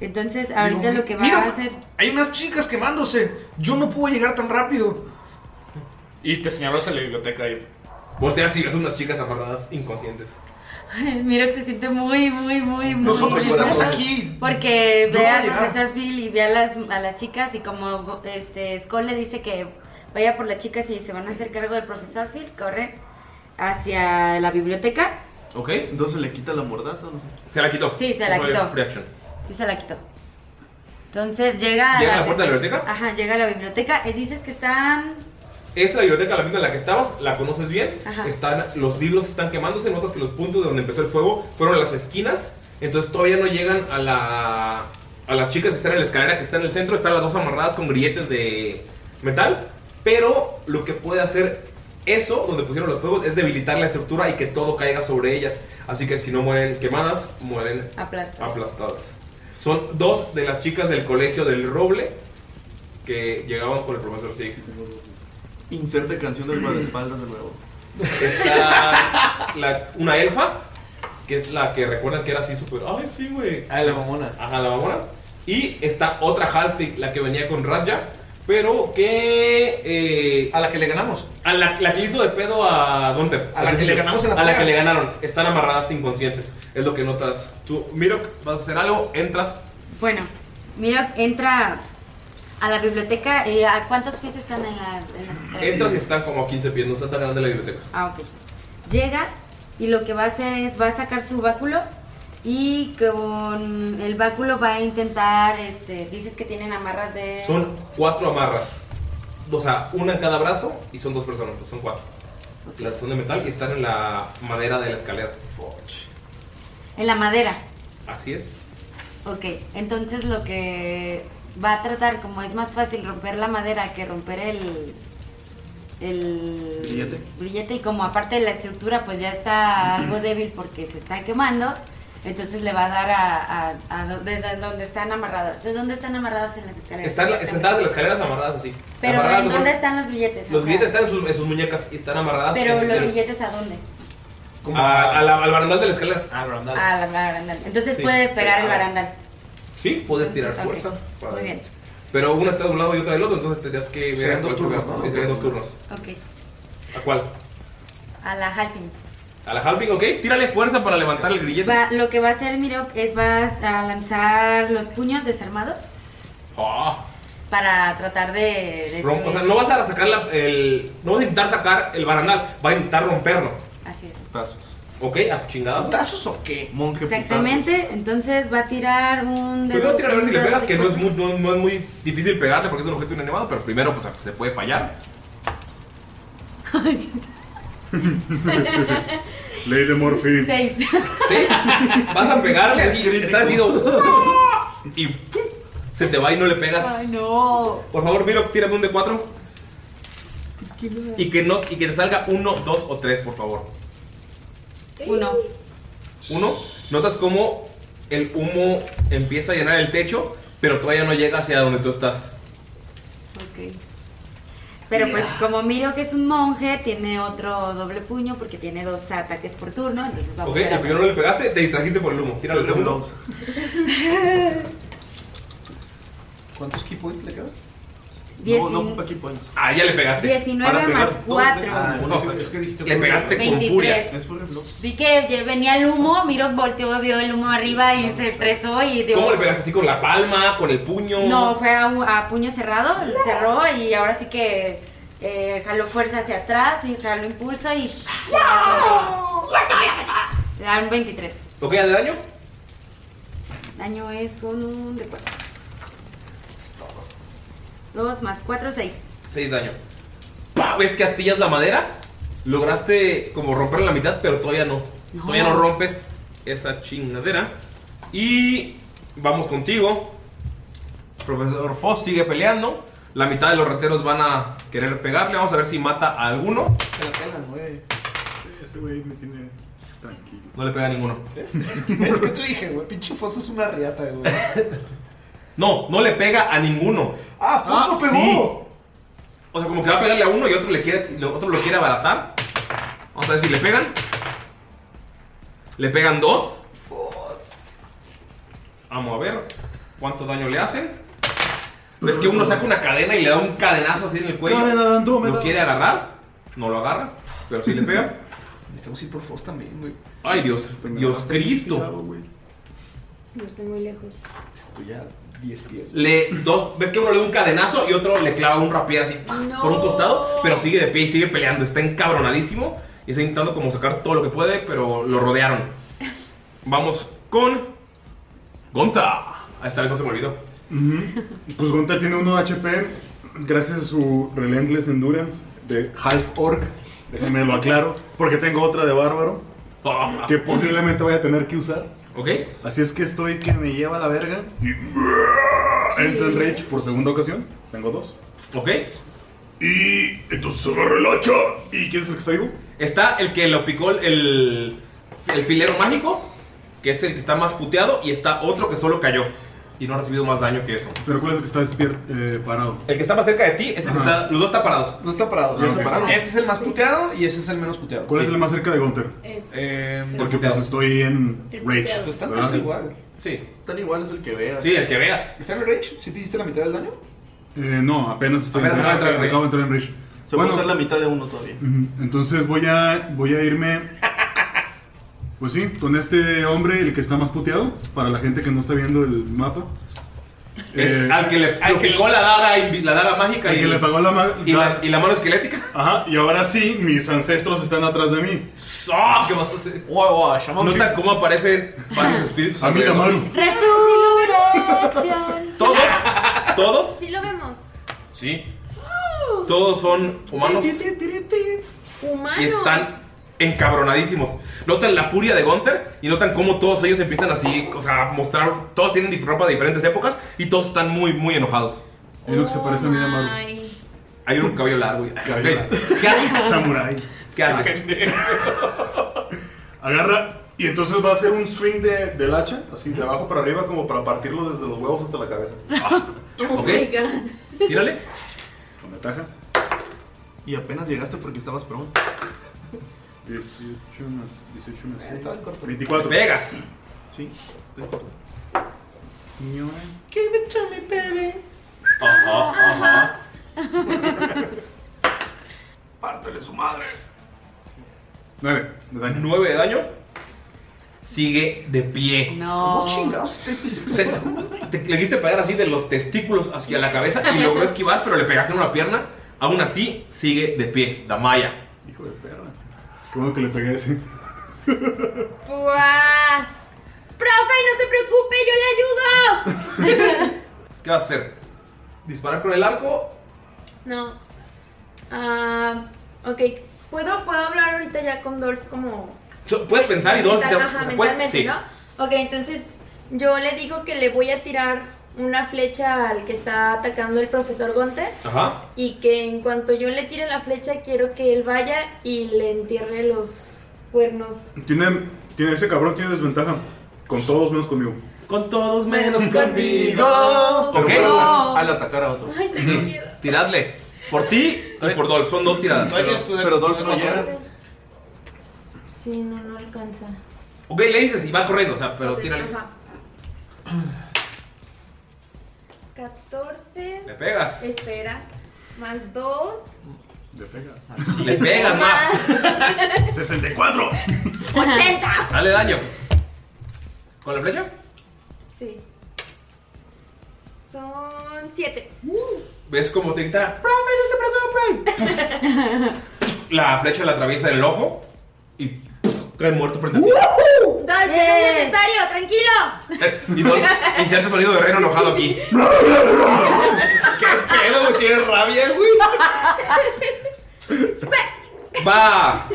F: Entonces, ahorita
C: Digo,
F: lo que va
C: mira.
F: a hacer.
C: Hay unas chicas quemándose. Yo no puedo llegar tan rápido. Y te señaló hacia la biblioteca y.
B: Volteas y ves unas chicas amarradas inconscientes.
F: Miro que se siente muy, muy, muy, muy.
B: Nosotros estamos
F: nervioso
B: aquí.
F: Porque
B: No
F: ve
B: va a
F: al
B: llegar.
F: profesor Phil y ve a las, a las chicas y como este Skull le dice que vaya por las chicas y se van a hacer cargo del profesor Phil, corre hacia la biblioteca
B: ¿Ok?
G: Entonces le quita la mordaza, no sé.
B: Se la quitó.
F: Sí, se la
B: Fue
F: quitó.
B: Free action.
F: y se la quitó. Entonces llega
B: ¿Llega a la puerta de la biblioteca?
F: Ajá, llega a la biblioteca y dices que están
B: Es la biblioteca la misma en la que estabas, la conoces bien.
F: Ajá.
B: Están, los libros están quemándose, notas que los puntos de donde empezó el fuego fueron las esquinas. Entonces todavía no llegan a la. a las chicas que están en la escalera que están en el centro. Están las dos amarradas con grilletes de metal. Pero lo que puede hacer eso, donde pusieron los fuegos, es debilitar la estructura y que todo caiga sobre ellas. Así que si no mueren quemadas, mueren
F: aplastados.
B: aplastadas. Son dos de las chicas del colegio del Roble que llegaban con el profesor Sig.
G: Inserte canción del guardaespaldas de nuevo.
B: Está la- una elfa, que es la que recuerdan que era así súper. ¡Ay, sí, güey! Ah, la mamona. Ajá, la mamona. Y está otra Halfling, la que venía con Raja, pero que. a la que le ganamos. A la, la que hizo de pedo a Gunther.
C: A la que le ganamos en la
B: A la
C: pelea.
B: que le ganaron. Están amarradas inconscientes. Es lo que notas. Tú, Mirok, vas a hacer algo, entras.
F: Bueno, mira, entra a la biblioteca y a cuántos pies están en la en las escaleras?
B: Entras y están como a 15 pies, no está tan grande la biblioteca.
F: Ah, ok. Llega y lo que va a hacer es, va a sacar su báculo y con el báculo va a intentar, este, dices que tienen amarras de...
B: Son cuatro amarras. O sea, una en cada brazo y son dos personas, entonces son cuatro. Las son de metal y están en la madera de la escalera.
F: En la madera.
B: Así es.
F: Ok, entonces lo que va a tratar, como es más fácil romper la madera que romper el... El
G: Brillete.
F: brillete y como aparte de la estructura pues ya está algo débil porque se está quemando, entonces le va a dar a, a- a donde, de donde están amarradas. ¿De dónde están amarradas en las escaleras?
B: Están la- sentadas de las escaleras amarradas así.
F: Pero
B: Amarradas
F: ¿en
B: los-
F: dónde están los billetes? O
B: Los
F: sea,
B: billetes están en sus, en sus muñecas y están amarradas
F: Pero
B: en-
F: los
B: en-
F: billetes a dónde?
B: a- a la- al barandal de la escalera.
C: Ah,
B: Al barandal.
F: A la barandal. Entonces
B: Sí,
F: puedes pegar el
B: pegado.
F: barandal.
B: Sí, puedes tirar
F: Ok,
B: fuerza. para-
F: Muy bien.
B: Pero una está de un lado y otra del otro, entonces tendrías que ver
C: Serían
B: a
C: dos
B: cuál
C: turnos,
B: pegar.
C: ¿no?
B: Sí, serían dos turnos.
F: Ok.
B: ¿A cuál?
F: A la halpin.
B: A la halping, ok. Tírale fuerza para levantar el grillete.
F: Va- lo que va a hacer Mirok es va a lanzar los puños desarmados
B: Ah.
F: para tratar de... de
B: Rom- o sea, no vas a sacar la- el. No vas a intentar sacar el barandal, vas a intentar romperlo.
F: Así es.
B: Tazos. Ok, a chingadas. ¿Tazos o qué? Monje
F: Exactamente. Entonces va a tirar un...
B: Primero tira Pues a ver si le
F: un
B: pegas,
F: dado
B: que no es,
F: de-
B: muy, no, no es muy difícil pegarle porque es un objeto inanimado, pero primero pues, se puede fallar.
D: Ley de Morphine.
F: Seis.
B: ¿Seis? Vas a pegarle así, está sido. Y ¡pum! se te va y no le pegas.
F: Ay, no.
B: Por favor, Miro, tírame un de 4 y que, no, y que te salga uno, dos o tres, por favor.
F: Uno.
B: Uno, notas cómo el humo empieza a llenar el techo, pero todavía no llega hacia donde tú estás.
F: Ok. Pero pues como Miro que es un monje, tiene otro doble puño porque tiene dos ataques por turno, entonces va a
B: Ok,
F: volver
B: el
F: a-
B: primero le pegaste, te distrajiste por el humo. Tíralo el segundo.
G: ¿Cuántos key points le quedan?
F: Diez
G: No, no
F: y-
G: ocupa key points.
B: Ah, ya le pegaste.
F: 19
G: Para pegar
F: más
G: dos,
F: cuatro.
G: es como-
B: Ah,
G: es que dijiste
B: le
G: full
B: pegaste
G: block.
B: con furia.
G: Es full block.
F: Vi que venía el humo, miró, volteó, vio el humo arriba y se estresó y dio...
B: ¿Cómo le pegaste así con la palma, con el puño?
F: No, fue a, un- a puño cerrado, cerró y ahora sí que eh, jaló fuerza hacia atrás y jaló impulso y... Le dan 23.
B: ¿Lo queda de daño?
F: Daño es con un de 4. 2 más 4, 6.
B: 6 daño. ¡Pah! ¿Ves que astillas la madera? Lograste como romperla a la mitad, pero todavía no.
F: No.
B: Todavía no rompes esa chingadera. Y vamos contigo. Profesor Foss sigue peleando. La mitad de los rateros van a querer pegarle. Vamos a ver si mata a alguno.
G: Se la pelan, güey.
D: Ese güey me tiene tranquilo.
B: No le pega a ninguno.
C: Es que te dije, güey, pinche Foso es una riata, güey.
B: No, no le pega a ninguno.
C: Ah, Foso
B: Ah,
C: pegó.
B: O sea, como que va a pegarle a uno y otro, le quiere, lo- otro lo quiere abaratar. Vamos a ver si le pegan. Le pegan dos. Vamos a ver cuánto daño le hacen. Ves que uno saca una cadena y le da un cadenazo así en el cuello.
D: Cadena de Andrómeda.
B: Lo quiere agarrar. No lo agarra, pero sí le pega.
G: Necesitamos ir por Foss también, güey.
B: Ay, Dios, Dios Cristo.
E: No estoy muy lejos.
G: Estoy ya 10 pies.
B: Le, dos, ves que uno le da un cadenazo y otro le clava un rapier así ¡pah!
E: No.
B: por un costado, pero sigue de pie y sigue peleando. Está encabronadísimo y está intentando como sacar todo lo que puede, pero lo rodearon. Vamos con Gonta. Esta vez no se me olvidó.
D: Ujú. Pues Gonta tiene 1 HP gracias a su Relentless Endurance de Half Orc. Déjenme lo aclaro. Porque tengo otra de Bárbaro que posiblemente vaya a tener que usar.
B: ¿Ok?
D: Así es que estoy que me lleva a la verga. Y entra en Rage por segunda ocasión. Tengo dos.
B: ¿Ok?
D: Y entonces agarra el hacha. ¿Y quién es el que está vivo?
B: Está el que lo picó el, el filero mágico, que es el que está más puteado, y está otro que solo cayó y no ha recibido más daño que eso.
D: Pero ¿cuál es el que está despierto, parado?
B: El que está más cerca de ti es el que
D: Ajá.
B: está. Los dos están parados.
C: No están parados.
D: Ah,
C: no
D: ok.
C: están parados. Este es el más puteado y ese es el menos puteado.
D: ¿Cuál es
C: Sí.
D: el más cerca de Gunter?
E: Es-
D: Porque pues estoy en
E: El
D: Rage.
E: puteado. Pues
C: están
D: ¿verdad?
C: casi igual.
B: Sí.
G: Están igual, es el que veas.
B: Sí, el que veas.
C: ¿Está en el Rage? ¿Sí te hiciste la mitad del daño?
D: Eh, no, apenas estoy
B: Apenas acaba de entrar en Rage.
D: Acabo de entrar en Rage.
G: Se puede hacer la mitad de uno todavía.
D: Ujú, Entonces voy a, voy a irme. Pues sí, con este hombre, el que está más puteado, para la gente que no está viendo el mapa.
B: Es
D: Eh,
B: al que le
D: al
B: lo
D: que-
B: picó la daga, invi- la daga mágica
D: al
B: y,
D: que le pagó la, ma-
B: y la, y la mano esquelética.
D: Ajá, y ahora sí, mis ancestros están atrás de mí.
B: ¡Ah! ¿Qué vas a hacer? Nota cómo aparecen varios espíritus.
D: A mí,
B: alrededor.
D: Damaru.
E: Resurrección.
B: ¿Todos? ¿Todos?
E: Sí lo vemos.
B: Sí. Todos son humanos
E: Humanos.
B: y están encabronadísimos. Notan la furia de Gunther y notan cómo todos ellos empiezan así, o sea, a mostrar. Todos tienen dif- ropa de diferentes épocas y todos están muy, muy enojados.
D: Es lo que se parece a mí, Damaru.
E: Ay.
B: Hay un cabello largo. y-
D: Cabello
B: Ok.
D: largo.
B: ¿Qué hace?
D: Samurai.
B: ¿Qué hace?
D: Agarra y entonces va a hacer un swing de, del hacha, así de abajo para arriba, como para partirlo desde los huevos hasta la cabeza.
E: Oh
B: Ok.
E: my God.
B: Tírale.
D: Con ventaja.
G: Y apenas llegaste porque estabas pronto.
D: 18 más 18 más seis.
G: Estaba en corto.
D: 24.
B: Vegas.
G: Sí, de acuerdo.
B: Ajá, ajá.
H: Pártele su madre.
D: 9 de daño.
B: 9 de daño. Sigue de pie.
F: No.
C: Ah,
B: Se- te- le quisiste pegar así de los testículos hacia la cabeza y logró esquivar, pero le pegaste en una pierna. Aún así, sigue de pie. Damaya.
D: Hijo de perra. Qué bueno que le pegué ese.
E: Pues. Profe, no se preocupe, yo le ayudo.
B: ¿Qué vas a hacer? ¿Disparar con el arco?
E: No. Ah, ok. ¿Puedo, ¿Puedo hablar ahorita ya con Dolph como
B: So- Puedes pensar y Dolph te-
E: Mental-
B: o
E: ajá,
B: sea, puedes-
E: mentalmente,
B: sí.
E: ¿no? Ok, entonces yo le digo que le voy a tirar una flecha al que está atacando el profesor Gonte
B: Ajá.
E: y que en cuanto yo le tire la flecha quiero que él vaya y le entierre los cuernos.
D: Tiene, tiene ese cabrón tiene desventaja. Con todos menos conmigo.
B: Con todos menos
E: conmigo.
B: Ok.
G: Pero bueno, al atacar a otro.
E: Ay, tengo
B: Sí,
E: miedo.
B: tiradle. Por ti y por Dolph. Son dos tiradas.
G: Pero Dolph no llega.
E: Sí, no, no alcanza. Pues,
B: Ok, le dices y va corriendo, o sea, pero
E: Ok,
B: tírale.
E: ajá. 14 11.
B: Le pegas.
E: Espera. Más 2.
D: Le pegas.
B: Le pegas más.
H: 64.
E: 80.
B: Dale daño. ¿Con la flecha?
E: Sí. Son 7.
B: ¡Uh! ¿Ves cómo te grita? La flecha la atraviesa en el ojo y ¡puf! cae muerto frente a ti.
E: Dolph, no es necesario, tranquilo.
B: Y Dolph inserte sonido de reno enojado aquí. ¿Qué pedo, güey? Tienes rabia, güey. Va.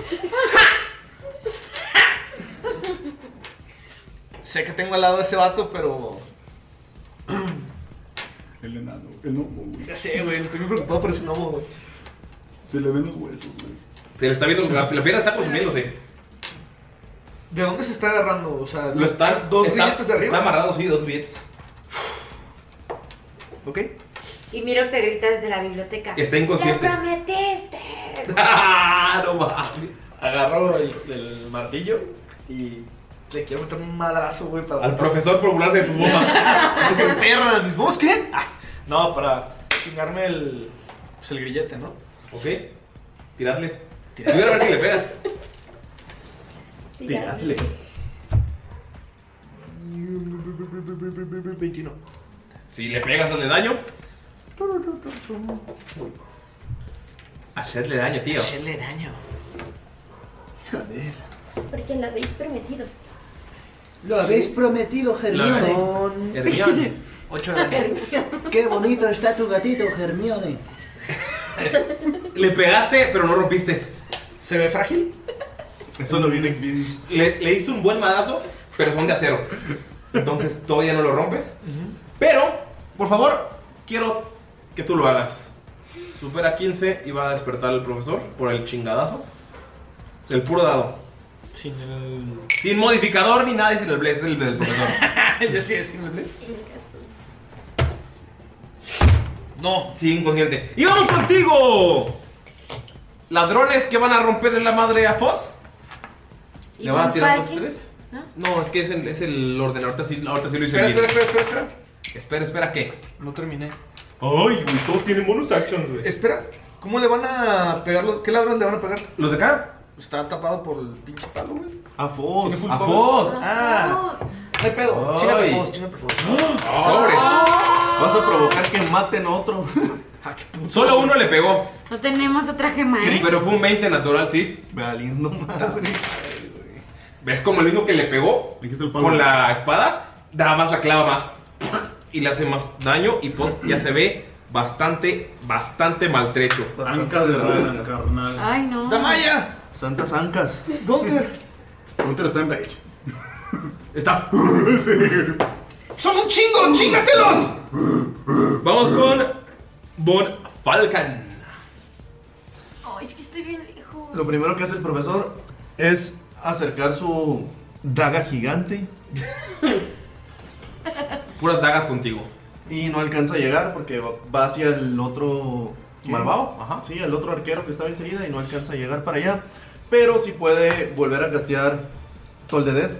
C: Sé que tengo al lado a ese vato, pero.
D: El enano, el gnomo, güey.
C: Ya sé, güey. Estoy muy preocupado por ese gnomo, güey.
D: Se le ven los huesos, güey.
B: Se le está viendo, la, la pierna está consumiéndose.
C: ¿De dónde se está agarrando? O sea,
B: Lo están.
C: dos
B: está,
C: billetes de arriba.
B: Está amarrado, sí, dos billetes.
C: Ok.
J: Y Miro te grita desde la biblioteca.
B: Está inconsciente.
J: ¡Lo prometiste!
B: ¡Ah! No mames.
C: Agarro el, el martillo y le quiero meter un madrazo, güey, para.
B: Al profesor por burlarse de tus bombas.
C: Porque perra, ¿mis bombas qué? Ah, no, para chingarme el. Pues el grillete, ¿no?
B: Ok. Tiradle. Voy a ver si le pegas.
C: Tiradle. 21.
B: Si le pegas, dale daño. Hacerle daño, tío.
C: Hacerle daño. Joder.
E: Porque lo habéis prometido.
K: Lo habéis prometido, Hermione.
B: Hermione. Hermione.
C: Ocho
K: Qué bonito está tu gatito, Hermione.
B: Le pegaste, pero no rompiste.
C: ¿Se ve frágil?
B: Eso lo vi en Xvideos. Le, le diste un buen madazo, pero son de acero. Entonces todavía no lo rompes. Pero, por favor, quiero que tú lo hagas. Supera 15 y va a despertar al profesor por el chingadazo. Es el puro dado.
C: Sin el.
B: Sin modificador ni nada, y sin el bless del, del profesor.
C: Yo sí, es sin el bless.
B: No. Sí, inconsciente. ¡Y vamos contigo! Ladrones que van a romperle la madre a Foz. ¿Le van a tirar los tres? No, es que es el, es el orden. Ahorita sí, ahorita sí lo hice
C: Espera,
B: bien.
C: espera, espera, espera, espera.
B: Espera, espera, ¿qué?
C: No terminé.
B: Ay, güey, todos tienen bonus actions, güey.
C: Espera, ¿cómo le van a pegar los.? ¿Qué ladrones le van a pegar?
B: ¿Los de acá?
C: Está tapado por el pinche palo, güey.
G: A
C: Tiene
G: Foz.
C: full
G: A
C: palo.
G: Foz.
C: Ah. No hay pedo.
G: Ay.
C: Chingate a Foz, chingate a Foz.
G: Sobres.
J: Ah.
G: Vas a provocar que maten a otro.
B: Solo uno le pegó.
F: No tenemos otra gema, ¿eh?
B: Pero fue un 20 natural, sí.
G: Valiendo madre.
B: ¿Ves como el mismo que le pegó con la espada? Da más la clava más. Y le hace más daño. Y Foz ya se ve bastante, bastante maltrecho.
D: Ancas de rana, carnal.
F: Ay, no.
C: ¡Damaya!
G: Santas ancas.
C: Gunter.
D: Gunter está en rage.
B: Está.
C: ¡Son un chingo! ¡Chingatelos!
B: Vamos con Von Falcon.
J: Ay, es que estoy bien lejos.
G: Lo primero que hace el profesor es acercar su daga gigante
B: Puras dagas contigo.
G: y no alcanza a llegar porque va- va hacia el otro
B: ¿Malvado? Ajá.
G: Sí, el otro arquero que estaba enseguida y no alcanza a llegar para allá. Pero sí puede volver a castear Toll de Dead.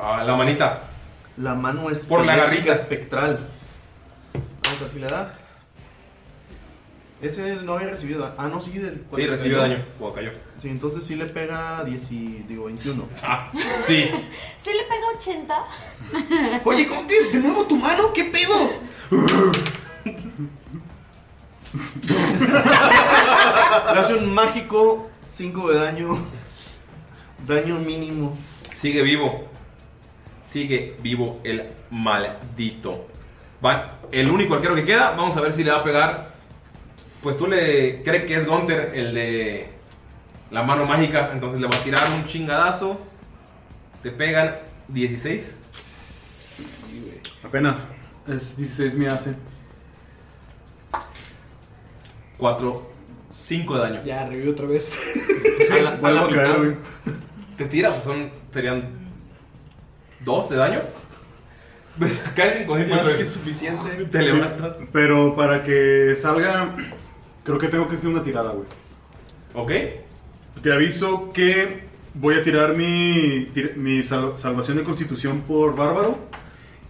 B: Ah, la manita.
G: La mano es
B: Por la
G: eléctrica
B: garrita.
G: espectral. Vamos a ver si le da. Ese no había recibido da- Ah, no, sí, del
B: Sí, recibió daño. Cuando cayó.
G: Sí, entonces sí le pega 10 y, digo, 21.
B: Ah, sí.
J: ¿Se le pega 80?
C: Oye, Gunter, de nuevo tu mano, ¿qué pedo?
G: Le hace un mágico 5 de daño. Daño mínimo.
B: Sigue vivo. Sigue vivo el maldito. Van, el único arquero que queda. Vamos a ver si le va a pegar. Pues tú le crees que es Gunter, el de la mano mágica. Entonces le va a tirar un chingadazo. Te pegan 16.
D: Apenas. Es 16 me hace.
B: 4, 5 de daño.
C: Ya, revivió otra vez.
B: A la- a
D: vuelvo
B: la
D: a caer,
B: mitad.
D: güey.
B: Te tiras, o sea, son, serían 2 de daño. Pues, Caes inconsciente.
G: Más
B: otra vez.
G: que suficiente.
B: Te
D: Sí,
B: levantas.
D: pero para que salga, creo que tengo que hacer una tirada, güey.
B: Ok.
D: Te aviso que voy a tirar mi, tir- mi sal- salvación de constitución por bárbaro.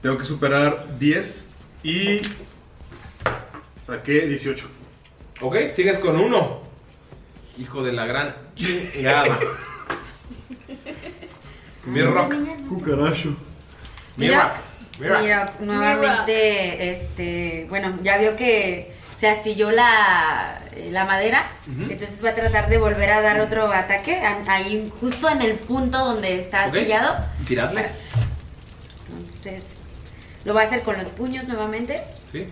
D: Tengo que superar 10 y Saqué 18.
B: Ok, sigues con uno. Hijo de la gran chingada. Mi rock.
D: Cucaracho.
B: Mi rock. Mi rock.
F: Mira, nuevamente, este, bueno, ya vio que se astilló la, la madera,
B: Ujú.
F: entonces va a tratar de volver a dar otro ataque, a- ahí justo en el punto donde está
B: Ok.
F: astillado.
B: Tiradle.
F: Entonces, lo va a hacer con los puños nuevamente
B: ¿Sí?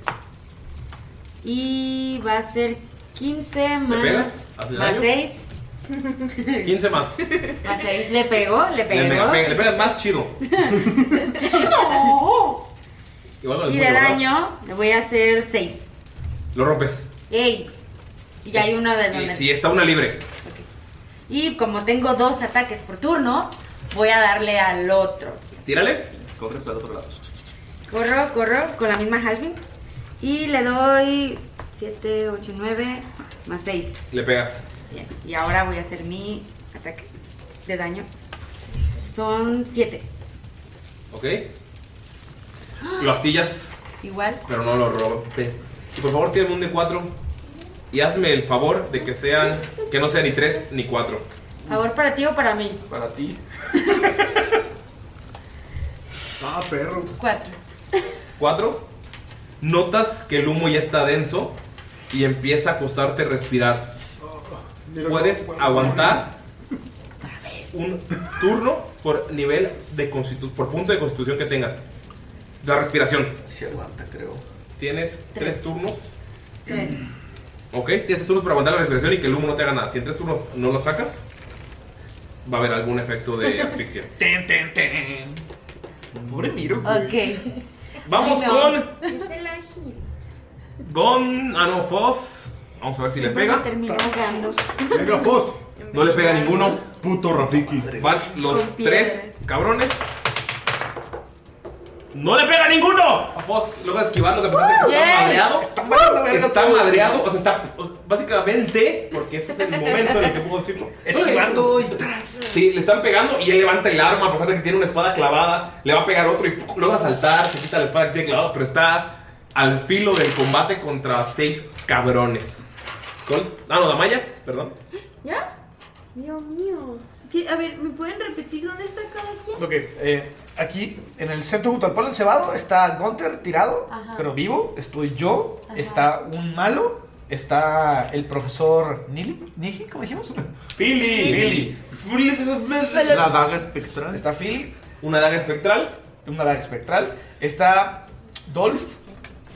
F: y va a ser 15 más,
B: pegas? ¿Hace
F: más
B: daño?
F: 6.
B: 15 más.
F: Más 6, le pegó, le pegó.
B: Le pega- pega- le pegas más chido.
F: No.
B: Igual lo después,
F: Y de
B: ¿verdad?
F: daño le voy a hacer 6.
B: Lo rompes.
F: ¡Ey! Y ya hay uno de
B: Y
F: donde.
B: si está una libre.
F: Y como tengo dos ataques por turno, voy a darle al otro.
B: Tírale.
G: Corres al otro lado.
F: Corro, corro con la misma halving. Y le doy 7, 8, 9 más 6.
B: Le pegas.
F: Bien. Y ahora voy a hacer mi ataque de daño. Son 7.
B: ¿Ok? Lo astillas,
F: Igual.
B: pero no lo rompes. Y por favor, tírame un de 4. Y hazme el favor de que sean. Que no sea ni 3 ni 4.
F: ¿Favor para ti o para mí?
B: Para ti.
D: Ah, perro.
F: 4.
B: 4. Notas que el humo ya está denso y empieza a costarte respirar. Puedes aguantar un turno por nivel de constitu- por punto de constitución que tengas. La respiración. Se aguanta, creo. Tienes tres turnos.
F: 3.
B: Ok, tienes tres turnos para aguantar la respiración y que el humo no te haga nada. Si en tres turnos no lo sacas, va a haber algún efecto de asfixia.
I: Ten, ten, ten.
B: Pobre Miro.
F: Ok.
B: Vamos
E: Ay, no.
B: con
E: Es el ágil.
B: Gon ah, no, Foss. Vamos a ver si le pega.
E: Terminó ganando.
D: Venga, Foz.
B: No le pega ninguno.
D: Puto Rafiki.
B: Van los
D: Con piedras.
B: tres cabrones. ¡No le pega ninguno! A Foss logra esquivarlos a pesar de que está
I: Yay.
B: madreado.
I: Están valiendo verga
B: Está
I: todos.
B: madreado. O sea, está. o sea, básicamente, porque este es el momento en el que puedo decirlo.
I: Esquivando y
B: Sí, le están pegando y él levanta el arma a pesar de que tiene una espada clavada. Le va a pegar otro y ¡pum! logra saltar. Se quita la espada que tiene clavada, pero está al filo del combate contra seis cabrones. Skull. Ah, no, Damaya, perdón.
E: ¿Ya? Dios mío. ¿Qué? A ver, ¿me pueden repetir dónde está cada quien?
C: Ok, eh, aquí en el centro junto al palo encebado está Gunther tirado,
E: Ajá.
C: pero vivo. Estoy yo, está un malo, está el profesor Nili, Niji, ¿cómo dijimos?
B: Philly.
C: La daga espectral. Está Philly.
B: Una daga espectral.
C: Una daga espectral. Está Dolph.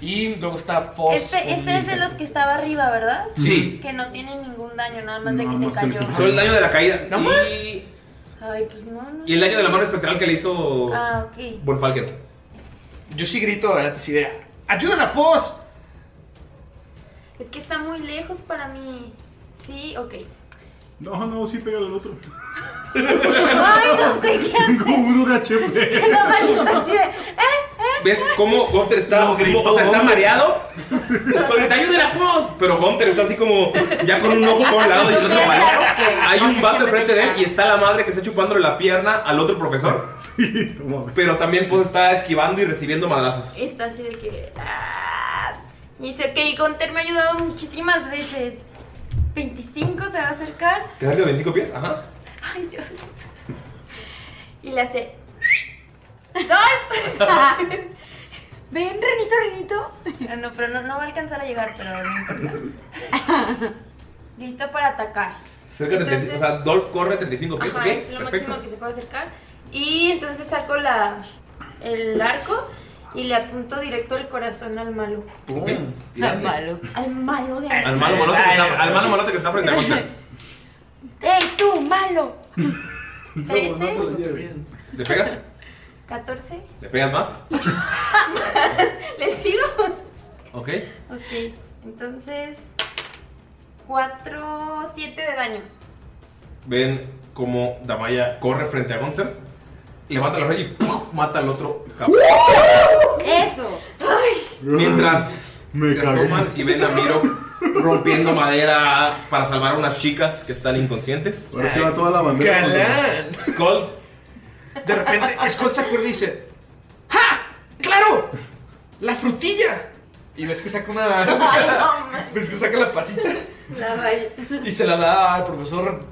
C: Y luego está Foss.
E: Este,
C: con
E: este es de
C: Lilith.
E: los que estaba arriba, ¿verdad?
B: Sí.
E: Que no tiene ningún daño, nada más de que
B: Nada
E: se
B: más que
E: cayó.
B: Solo el daño de la caída. y-
E: Ay, pues no, no.
B: Y el daño de la mano espectral que le hizo
E: Ah, ok.
B: Bonfalken.
C: Yo sí grito, la neta, sí de. ¡Ayuden a Foss!
E: Es que está muy lejos para mí. Sí, ok.
D: No, no, sí, pégale al otro.
E: Ay, no sé qué hacer.
D: Como uno de HP.
E: Que la Maya está así de, ¿eh?
B: ¿Ves cómo Gunter está, o sea, está mareado? Con el daño de la Foz. Pero Gunter está así como ya con un ojo por un lado y el otro para el otro. Hay un vato enfrente de él y está la madre que está chupándole la pierna al otro profesor. Pero también Foz está esquivando y recibiendo madrazos.
E: Está así de que. ah. Y dice, ok, Gunter me ha ayudado muchísimas veces. 25 se va a acercar.
B: ¿Te da de 25 pies? Ajá.
E: Ay, Dios. Y le hace. ¡Dolph! Ven, Renito, Renito. Ah, No, pero no, no va a alcanzar a llegar, pero no importa. Listo para atacar.
B: Cerca de 35, o sea, Dolph corre 35 pies,
E: Ajá,
B: ¿ok?
E: es lo
B: Perfecto.
E: máximo que se puede acercar. Y entonces saco la, el arco y le apunto directo el corazón al malo.
B: Ok, tírate.
E: malo. Al malo de
B: Al malo malote que está, al malo malote que está frente a Gunter.
E: ¡Ey, tú, malo! 13,
B: ¿Le pegas?
E: 14.
B: ¿Le pegas más?
E: ¿Le sigo?
B: Ok.
E: Ok, entonces. 4, 7 de daño.
B: Ven como Damaya corre frente a Gunther, levanta la raya y ¡puf! mata al otro cabrón.
F: Eso.
B: Mientras se asoman y ven a Miro rompiendo madera para salvar a unas chicas que están inconscientes.
D: Ahora sí va toda la bandera
C: galán.
B: Skull.
C: De repente, Scott se acuerda y dice: ¡Ja! ¡Claro! ¡La frutilla! Y ves que saca una. ves que saca la pasita
J: La raya.
C: y se la da al profesor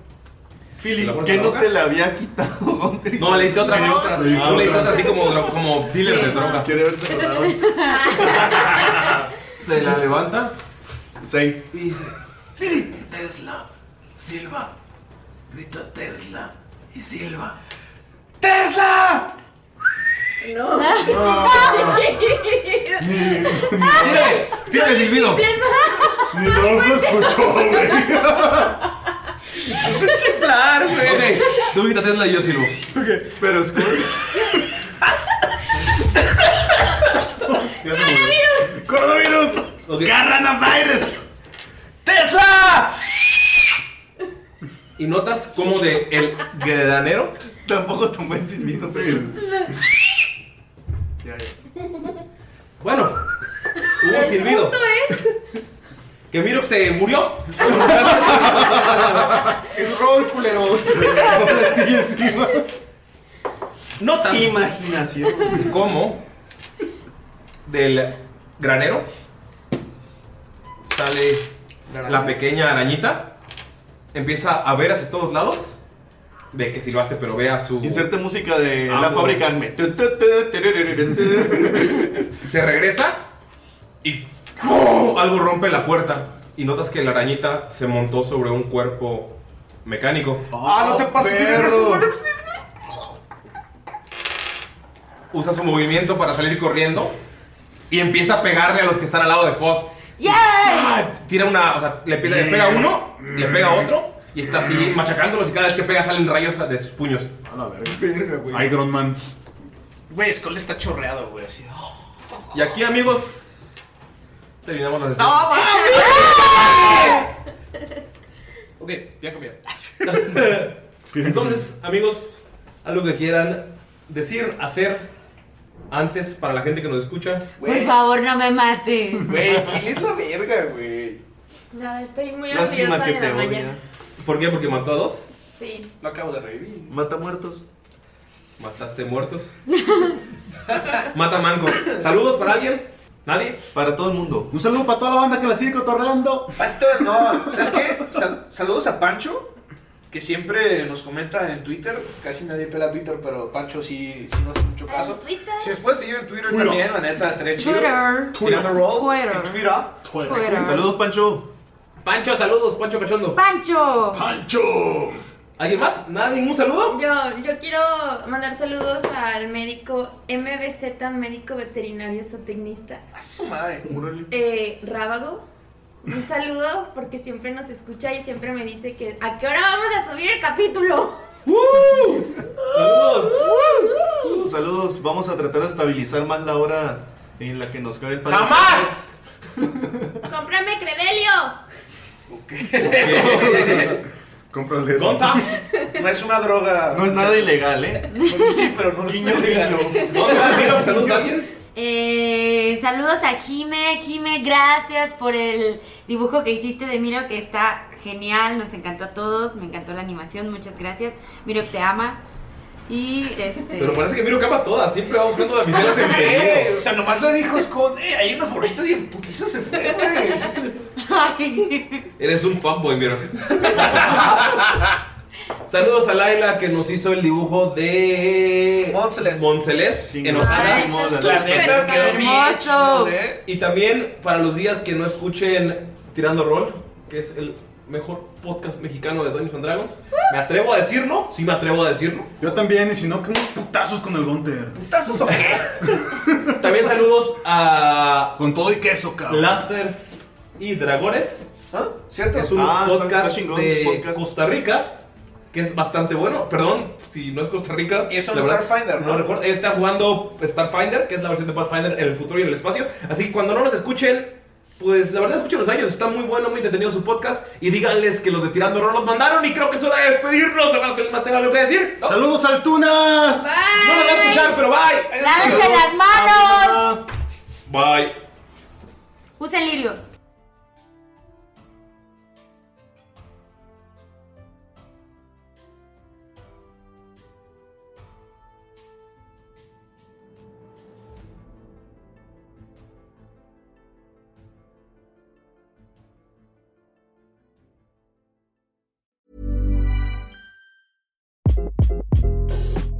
C: Philip.
G: ¿Qué no te la había quitado?
B: No, le diste otra.
G: otra.
B: Le diste otra así como, dro- como dealer de droga.
G: Quiere verse
B: Se la levanta.
G: Safe.
H: Y dice, Philip Tesla, Silva. Grita Tesla y Silva.
I: ¡Tesla!
J: No.
I: No.
B: Tírale, tírale el silbido.
H: Ni Dolph lo escuchó, güey.
C: chiflar, güey.
B: Ok, tú grita Tesla y yo silbo.
G: Pero es
H: ¡Coronavirus! ¡Coronavirus! ¡Coronavirus!
I: ¡Tesla!
B: Y notas como de el granero.
G: Tampoco tan buen silbido, Ya, ya.
B: Bueno, hubo silbido.
J: Esto es.
B: Que Miro se murió.
C: es rol, culero.
B: Notas.
G: Imaginación.
B: Como del granero sale la pequeña arañita. Empieza a ver hacia todos lados. Ve que silbaste, pero ve a su.
G: Inserte música de la
B: Ah,
G: fábrica Acme. Tu, tu, tu, tururururu.
B: Se regresa y ¡pum! algo rompe la puerta. Y notas que la arañita se montó sobre un cuerpo mecánico.
C: Ah, no te pases de
G: perro.
C: vergas.
B: Usa su movimiento para salir corriendo y empieza a pegarle a los que están al lado de Foz.
J: ¡Yay!
B: ¡Ah! Tira una, o sea, le, pega- le pega
C: Mm.
B: uno, le pega otro y está así machacándolos y cada vez que pega salen rayos de sus puños.
D: A la verga. Iron Man.
C: Güey, Skull está chorreado, güey, así. Oh.
B: Y aquí, amigos, terminamos la sesión.
C: ¡No mames! ok, ya cambié.
B: Entonces, amigos, algo que quieran decir, hacer antes para la gente que nos escucha.
C: Güey.
F: Por favor, no me mate.
C: Güey, Phil es la verga, güey.
E: Nada, estoy muy
G: Lástima
E: orgullosa
G: que
E: de
G: te
E: la Maya.
B: ¿Por qué? Porque mató a dos.
E: Sí.
C: Lo acabo de revivir.
G: Mata muertos.
B: Mataste muertos. Mata mancos. Saludos para alguien. Nadie.
G: Para todo el mundo.
K: Un saludo para toda la banda que la sigue cotorreando.
C: Pancho, no, ¿sabes qué? Sal- saludos a Pancho, que siempre nos comenta en Twitter. Casi nadie pela Twitter, pero Pancho sí, sí nos hace mucho caso. Si nos puedes seguir en Twitter
G: Twitter.
C: también, la neta, estaría chido.
F: Twitter.
C: Tirando roll.
F: Twitter.
C: En Twitter.
F: Twitter.
G: Saludos, Pancho.
B: Pancho, saludos. Pancho Cachondo.
F: ¡Pancho!
H: ¡Pancho!
B: ¿Alguien más? ¿Nadie? ¿Ningún saludo?
E: Yo, yo quiero mandar saludos al médico MBZ, médico veterinario zootecnista,
C: A su madre.
E: eh, Rábago. Un saludo porque siempre nos escucha y siempre me dice que a qué hora vamos a subir el capítulo.
B: Saludos.
G: Saludos. Vamos a tratar de estabilizar más la hora en la que nos cae el pan.
B: ¡Jamás!
E: ¡Cómprame Credelio!
G: Cómprale eso.
B: ¿Dónde está?
C: No es una droga.
G: No es nada ilegal, ¿eh?
C: Bueno, sí, pero no
G: Guiño, guiño.
B: ¿Dónde está? Miro, saludos a alguien.
F: Eh, saludos a Jime. Jime, gracias por el dibujo que hiciste de Miro, que está genial. Nos encantó a todos. Me encantó la animación. Muchas gracias. Miro te ama. Y este.
B: Pero parece que Miro capa todas. Siempre va buscando damiselas en
C: Eh,
B: peligro.
C: o sea, nomás le dijo Scott, eh, hay unas borritas y en putiza se fue, güey.
F: Ay.
B: Eres un fuckboy, Miro. saludos a Laila que nos hizo el dibujo de.
C: Montseles.
B: Monceles
G: Sí,
B: en
G: no.
B: Ojara.
G: Ay, moda.
C: La neta quedó bien
F: hermoso.
C: chingón, eh.
B: Y también para los días que no escuchen Tirando Roll, que es el mejor podcast mexicano de Dungeons and Dragons, me atrevo a decirlo, sí me atrevo a decirlo.
D: Yo también, y si no, que unos putazos con el Gunter.
C: ¿Putazos o qué?
B: También saludos a
D: Con todo y queso, cabrón.
B: Lásers y Dragones,
C: ¿Ah? ¿Cierto?
B: que es un
G: Ah, está-
B: podcast
G: está chingón
B: de
G: su podcast.
B: Costa Rica, que es bastante bueno. Perdón, si no es Costa Rica.
C: Y es
B: la
C: solo
B: verdad,
C: Starfinder, ¿no?
B: recuerdo. Ellos están jugando Starfinder, que es la versión de Pathfinder en el futuro y en el espacio. Así que cuando no los escuchen. Pues la verdad escuchen los años, está muy bueno, muy entretenido su podcast y díganles que los de Tirando Rol los mandaron y creo que es hora de despedirnos, a menos que alguien más tenga algo que decir.
D: ¡Saludos al Tunas!
B: No lo voy a escuchar, pero bye.
F: ¡Lávense las manos!
B: Bye.
F: Usa el lirio.